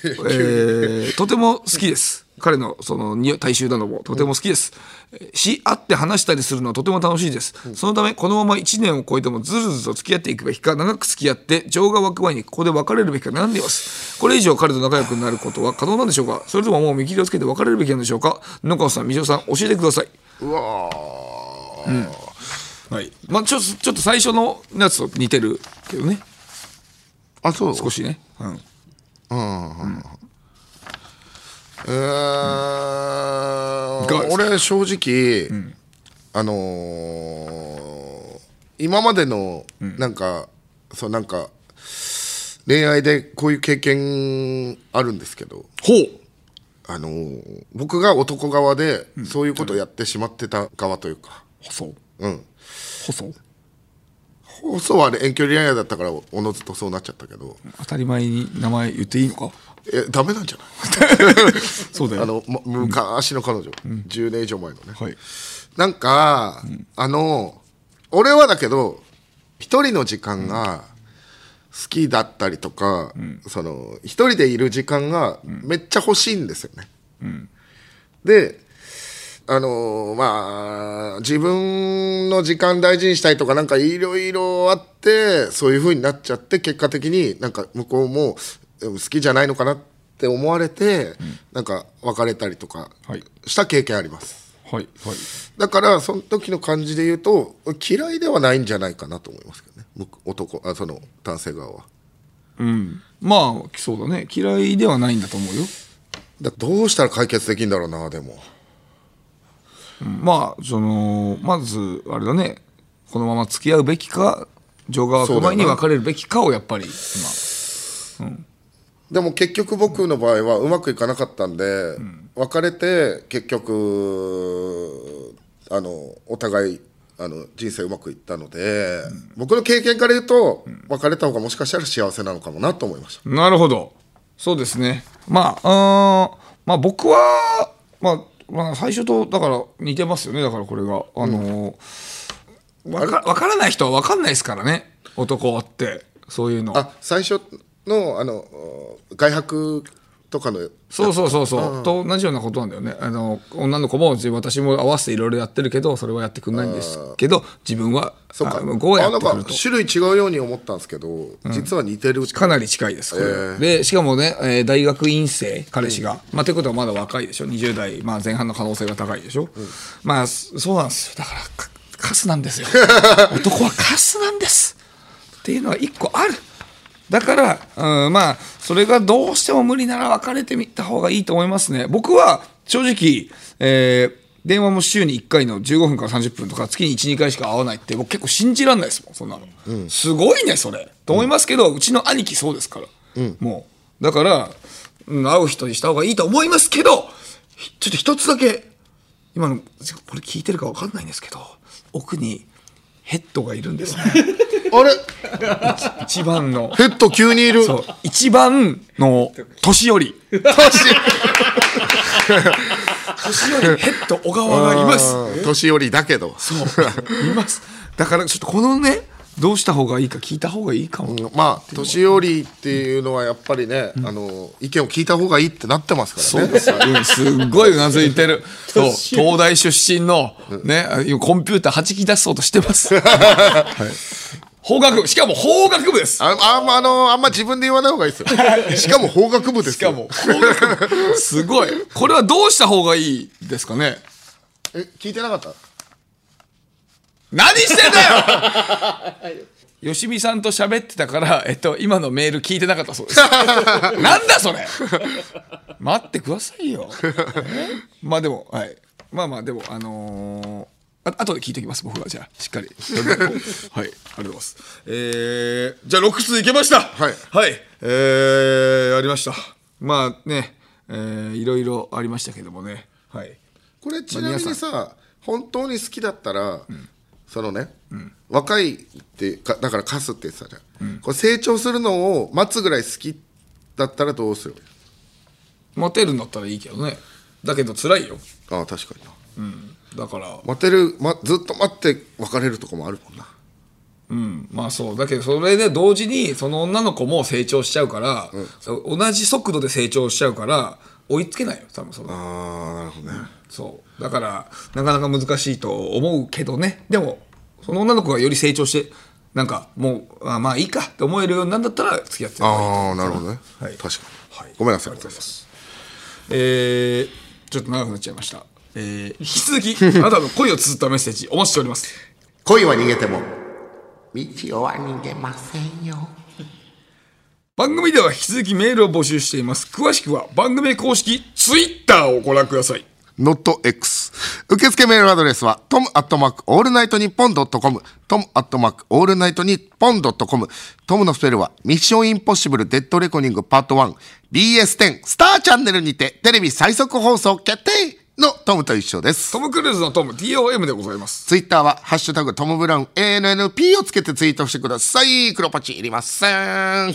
[SPEAKER 3] えーとても好きです彼のその匂い体臭なのもとても好きです、えーし会って話したりするのはとても楽しいです、そのためこのまま1年を超えてもずるずると付き合っていくべきか長く付き合って情が湧く前にここで別れるべきか悩んでいますこれ以上彼と仲良くなることは可能なんでしょうかそれとももう見切りをつけて別れるべきなんでしょうか野川さん三条さん教えてください、
[SPEAKER 2] うわー
[SPEAKER 3] はいまあ、ちょちょっと最初のやつと似てるけどね
[SPEAKER 2] あそう
[SPEAKER 3] 少しね、うん、
[SPEAKER 2] うーん
[SPEAKER 3] いかがですか
[SPEAKER 2] 俺正直、あのー今までのなんか、そうなんか恋愛でこういう経験あるんですけど
[SPEAKER 3] ほう
[SPEAKER 2] あのー僕が男側でそういうことをやってしまってた側というか、
[SPEAKER 3] 細
[SPEAKER 2] うん、
[SPEAKER 3] 細
[SPEAKER 2] 放送はね遠距離恋愛だったからおのずとそうなっちゃったけど、
[SPEAKER 3] 当たり前に名前言っていいのか
[SPEAKER 2] えダメなんじゃない
[SPEAKER 3] そうだ
[SPEAKER 2] あの、ま、昔の彼女、10年以上前のね、
[SPEAKER 3] はい
[SPEAKER 2] なんか、あの俺はだけど一人の時間が好きだったりとか、その一人でいる時間がめっちゃ欲しいんですよね。であのーまあ自分の時間大事にしたいとかなんかいろいろあってそういう風になっちゃって結果的になんか向こうもうん好きじゃないのかなって思われて、なんか別れたりとか
[SPEAKER 3] はい
[SPEAKER 2] した経験あります。
[SPEAKER 3] はいはい
[SPEAKER 2] だからその時の感じで言うと嫌いではないんじゃないかなと思いますけどね向こう男あその男性側は
[SPEAKER 3] まあそうだね嫌いではないんだと思うよ
[SPEAKER 2] だどうしたら解決できるんだろうなでも
[SPEAKER 3] まあそのまずあれだねこのまま付き合うべきか情が湧く前に別れるべきかをやっぱり今
[SPEAKER 2] でも結局僕の場合はうまくいかなかったんで、別れて結局あのお互いあの人生うまくいったので、僕の経験から言うと、別れた方がもしかしたら幸せなのかもなと思いました
[SPEAKER 3] なるほどそうですねまあうーんまあ僕は、まあ、まあ最初とだから似てますよねだからこれがあのーわか分からない人は分かんないですからね男ってそういうの
[SPEAKER 2] あ最初のあの外泊とかの
[SPEAKER 3] そうそうそうそうと同じようなことなんだよねあの女の子も自分私も合わせていろいろやってるけどそれはやってくんないんですけど自分は
[SPEAKER 2] そうか
[SPEAKER 3] あ向こうはやって
[SPEAKER 2] あ
[SPEAKER 3] く
[SPEAKER 2] な
[SPEAKER 3] る
[SPEAKER 2] んか
[SPEAKER 3] と
[SPEAKER 2] 種類違うように思ったんですけど、実は似てる
[SPEAKER 3] かなり近いですこれ、でしかもね、えー大学院生彼氏が、まあということはまだ若いでしょ20代、まあ、前半の可能性が高いでしょ、まあそそうなんですよだからかカスなんで すよ男はカスなんですっていうのは一個あるだから、うん、まあそれがどうしても無理なら別れてみた方がいいと思いますね僕は正直、えー電話も週に1回の15分から30分とか月に12回しか会わないって僕結構信じらんないですもんそんなの、すごいねそれと思いますけど、うちの兄貴そうですから、もうだから、うん、会う人にした方がいいと思いますけどひちょっと一つだけ今のこれ聞いてるか分かんないんですけど奥にヘッドがいるんですね
[SPEAKER 2] あれ
[SPEAKER 3] 一番の
[SPEAKER 2] ヘッド急にいる
[SPEAKER 3] そう一番の年寄り 年寄りヘッド小川がいます
[SPEAKER 2] うん年寄りだけど
[SPEAKER 3] いますだからちょっとこのねどうした方がいいか聞いた方がいいかも、
[SPEAKER 2] うんまあ年寄りっていうのはやっぱりね、あの意見を聞いた方がいいってなってますからね
[SPEAKER 3] うん、すっごいうなずいてるそう東大出身の、ね、あ今コンピューターはじき出そうとして ます、はい法学部しかも法学部です
[SPEAKER 2] ああんまあのあんま自分で言わない方がいいで すよしかも法学部です
[SPEAKER 3] しかも法学部すごいこれはどうした方がいいですかね
[SPEAKER 2] え聞いてなかった
[SPEAKER 3] 何してんだよ よしみさんと喋ってたから、えっと、今のメール聞いてなかったそう です。なんだそれ待ってくださいよ。まあでも、はい。まあまあでも、あのーあ後で聞いておきます、僕は。じゃあ、しっかり。はい、ありがとうございます。えー、じゃあ、6通いけました。はいえー、ありました。まあね、えー、いろいろありましたけどもね。はい。
[SPEAKER 2] これちなみにさ本当に好きだったら、そのね、若いってかだからカスって言ってたじゃん、これ成長するのを待つぐらい好きだったらどうする
[SPEAKER 3] モテるんだったらいいけどね。だけど、辛いよ。
[SPEAKER 2] ああ確かにな
[SPEAKER 3] だから、
[SPEAKER 2] 待てる、ま、ずっと待って別れるとこもあるもんな
[SPEAKER 3] まあそうだけどそれで同時にその女の子も成長しちゃうから、そう同じ速度で成長しちゃうから追いつけないよ多分その
[SPEAKER 2] ああなるほどね
[SPEAKER 3] そうだからなかなか難しいと思うけどねでもその女の子がより成長してなんかもうあまあいいかって思えるようになるんだったら付き合ってる
[SPEAKER 2] ああなるほどね、
[SPEAKER 3] はい
[SPEAKER 2] 確かに、
[SPEAKER 3] はい
[SPEAKER 2] ごめんなさい
[SPEAKER 3] ありがとうございますえー、ちょっと長くなっちゃいました、えー、引き続きあなたの恋を綴ったメッセージお待ちしております
[SPEAKER 2] 恋は逃げても
[SPEAKER 8] 道は逃げませんよ
[SPEAKER 3] 番組では引き続きメールを募集しています詳しくは番組公式 Twitter をご覧ください
[SPEAKER 2] NotX 受付メールアドレスは tom アットマークオールナイトニッポンドットコム tom アットマークオールナイトニッポンドットコムトムのスペルはミッションインポッシブルデッドレコニングパート 1BS10 スターチャンネルにてテレビ最速放送決定のトムと一緒です
[SPEAKER 3] トム・クルーズのトム TOM でございます
[SPEAKER 2] ツイッターはハッシュタグトムブラウン ANNP をつけてツイートしてください黒パチいりません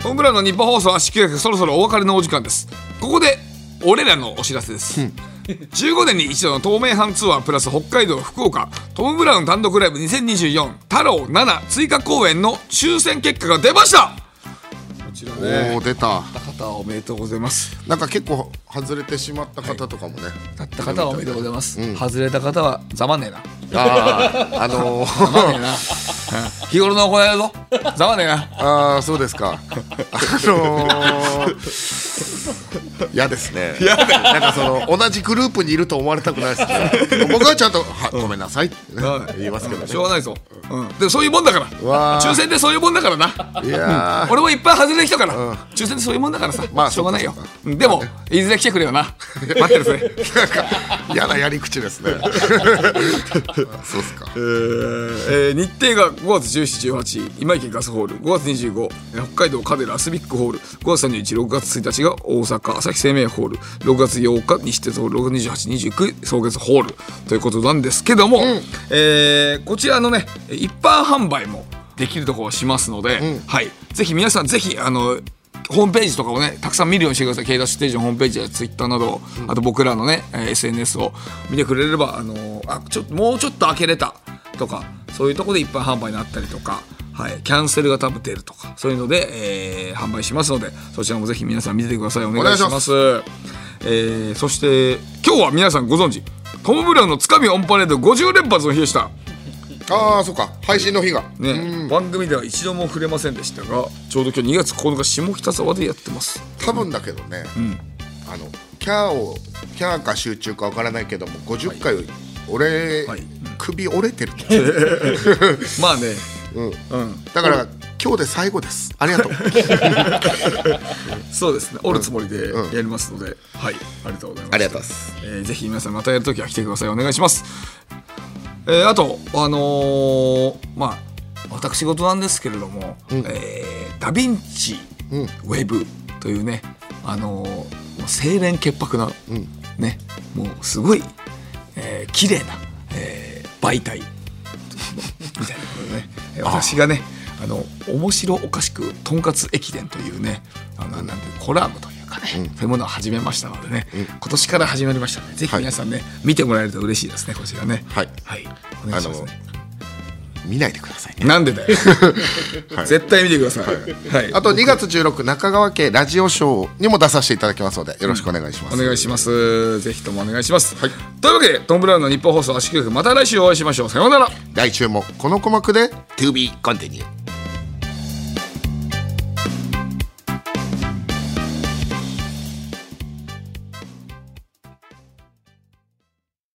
[SPEAKER 3] トム・ブラウンの日本放送は式そろそろお別れのお時間ですここで俺らのお知らせです15年に一度の東名阪ツアープラス北海道福岡トム・ブラウン単独ライブ2024太郎7追加公演の抽選結果が出ましたこちら
[SPEAKER 2] お
[SPEAKER 3] ね
[SPEAKER 2] ー出た
[SPEAKER 3] 方おめでとうございます
[SPEAKER 2] なんか結構外れてしまった方とかもね、
[SPEAKER 3] 買った方はおめでとうございます、外れた方はざまねえな
[SPEAKER 2] あああのー、
[SPEAKER 3] ざまねえなうん日頃の行いだぞざまねえな
[SPEAKER 2] ああそうですか。あのー、嫌ですね。なんかその同じグループにいると思われたくないですね。僕はちゃんとはごめんなさいってね
[SPEAKER 3] はい
[SPEAKER 2] 言いますけど
[SPEAKER 3] しょう
[SPEAKER 2] ね。
[SPEAKER 3] がないぞ、うん、でもそういうもんだから
[SPEAKER 2] わー
[SPEAKER 3] 抽選でそういうもんだからない
[SPEAKER 2] や
[SPEAKER 3] 俺もいっぱい外れてきたから、抽選でそういうもんだからさ、
[SPEAKER 2] まあ
[SPEAKER 3] しょうがないよ
[SPEAKER 2] そうか
[SPEAKER 3] うんでも、いずれ来てくれよな待ってるぜ、
[SPEAKER 2] ーなんか嫌なやり口ですね。そうっすか。
[SPEAKER 3] えーえー日程が5月1718今池ガスホール5月25えー北海道カデラアスビックホール5月316月1日が大阪朝日生命ホール6月8日西鉄ホール6月2829草月ホールということなんですけども、えーこちらのね一般販売もできるところをしますので、はい、ぜひ皆さんぜひあのホームページとかをねたくさん見るようにしてくださいケイダッシュステージのホームページやツイッターなど、あと僕らのねえー SNS を見てくれればあのーあちょっともうちょっと開けれたとかそういうとこで一般販売になったりとか、はい、キャンセルが多分出るとかそういうので、えー販売しますのでそちらもぜひ皆さん見ててくださいお願いしますえーそして今日は皆さんご存知トム・ブラウンの「つかみオンパレード」50連発の日でした。
[SPEAKER 2] ああそうか。配信の日が。
[SPEAKER 3] ね、番組では一度も触れませんでしたがちょうど今日2月9日下北沢でやってます
[SPEAKER 2] 多分だけどね。あのキャーをキャーか集中かわからないけども50回俺、
[SPEAKER 3] はい
[SPEAKER 2] 首折れてると思う。
[SPEAKER 3] まあね
[SPEAKER 2] だから今日で最後です。ありがとう。
[SPEAKER 3] そうですね折るつもりでやりますので、はいありがとうございます
[SPEAKER 2] ありがとうございます、
[SPEAKER 3] えーぜひ皆さんまたやるときは来てくださいお願いしますえーあとあのーまあ私事なんですけれども、えーダヴィンチウェブというねあのーもう清廉潔白な、ねもうすごい、えー綺麗な、えー媒体みたいなことでねえー私がねあの面白おかしくとんかつ駅伝というねあのなんていうのコラムというかね、そういうものを始めましたのでね、今年から始まりましたのでぜひ皆さんね、見てもらえると嬉しいですねこちらね
[SPEAKER 2] はい
[SPEAKER 3] はい、お願いしますね
[SPEAKER 2] 見ないでくださいね
[SPEAKER 3] なんでだ よ、絶対見てください、はい
[SPEAKER 2] あと2月16中川家ラジオショーにも出させていただきますのでよろしくお願いします、
[SPEAKER 3] お願いしますぜひともお願いします、というわけでトム・ブラウンの日本放送圧縮局また来週お会いしましょうさようなら
[SPEAKER 2] 来週もこの鼓膜で To be continued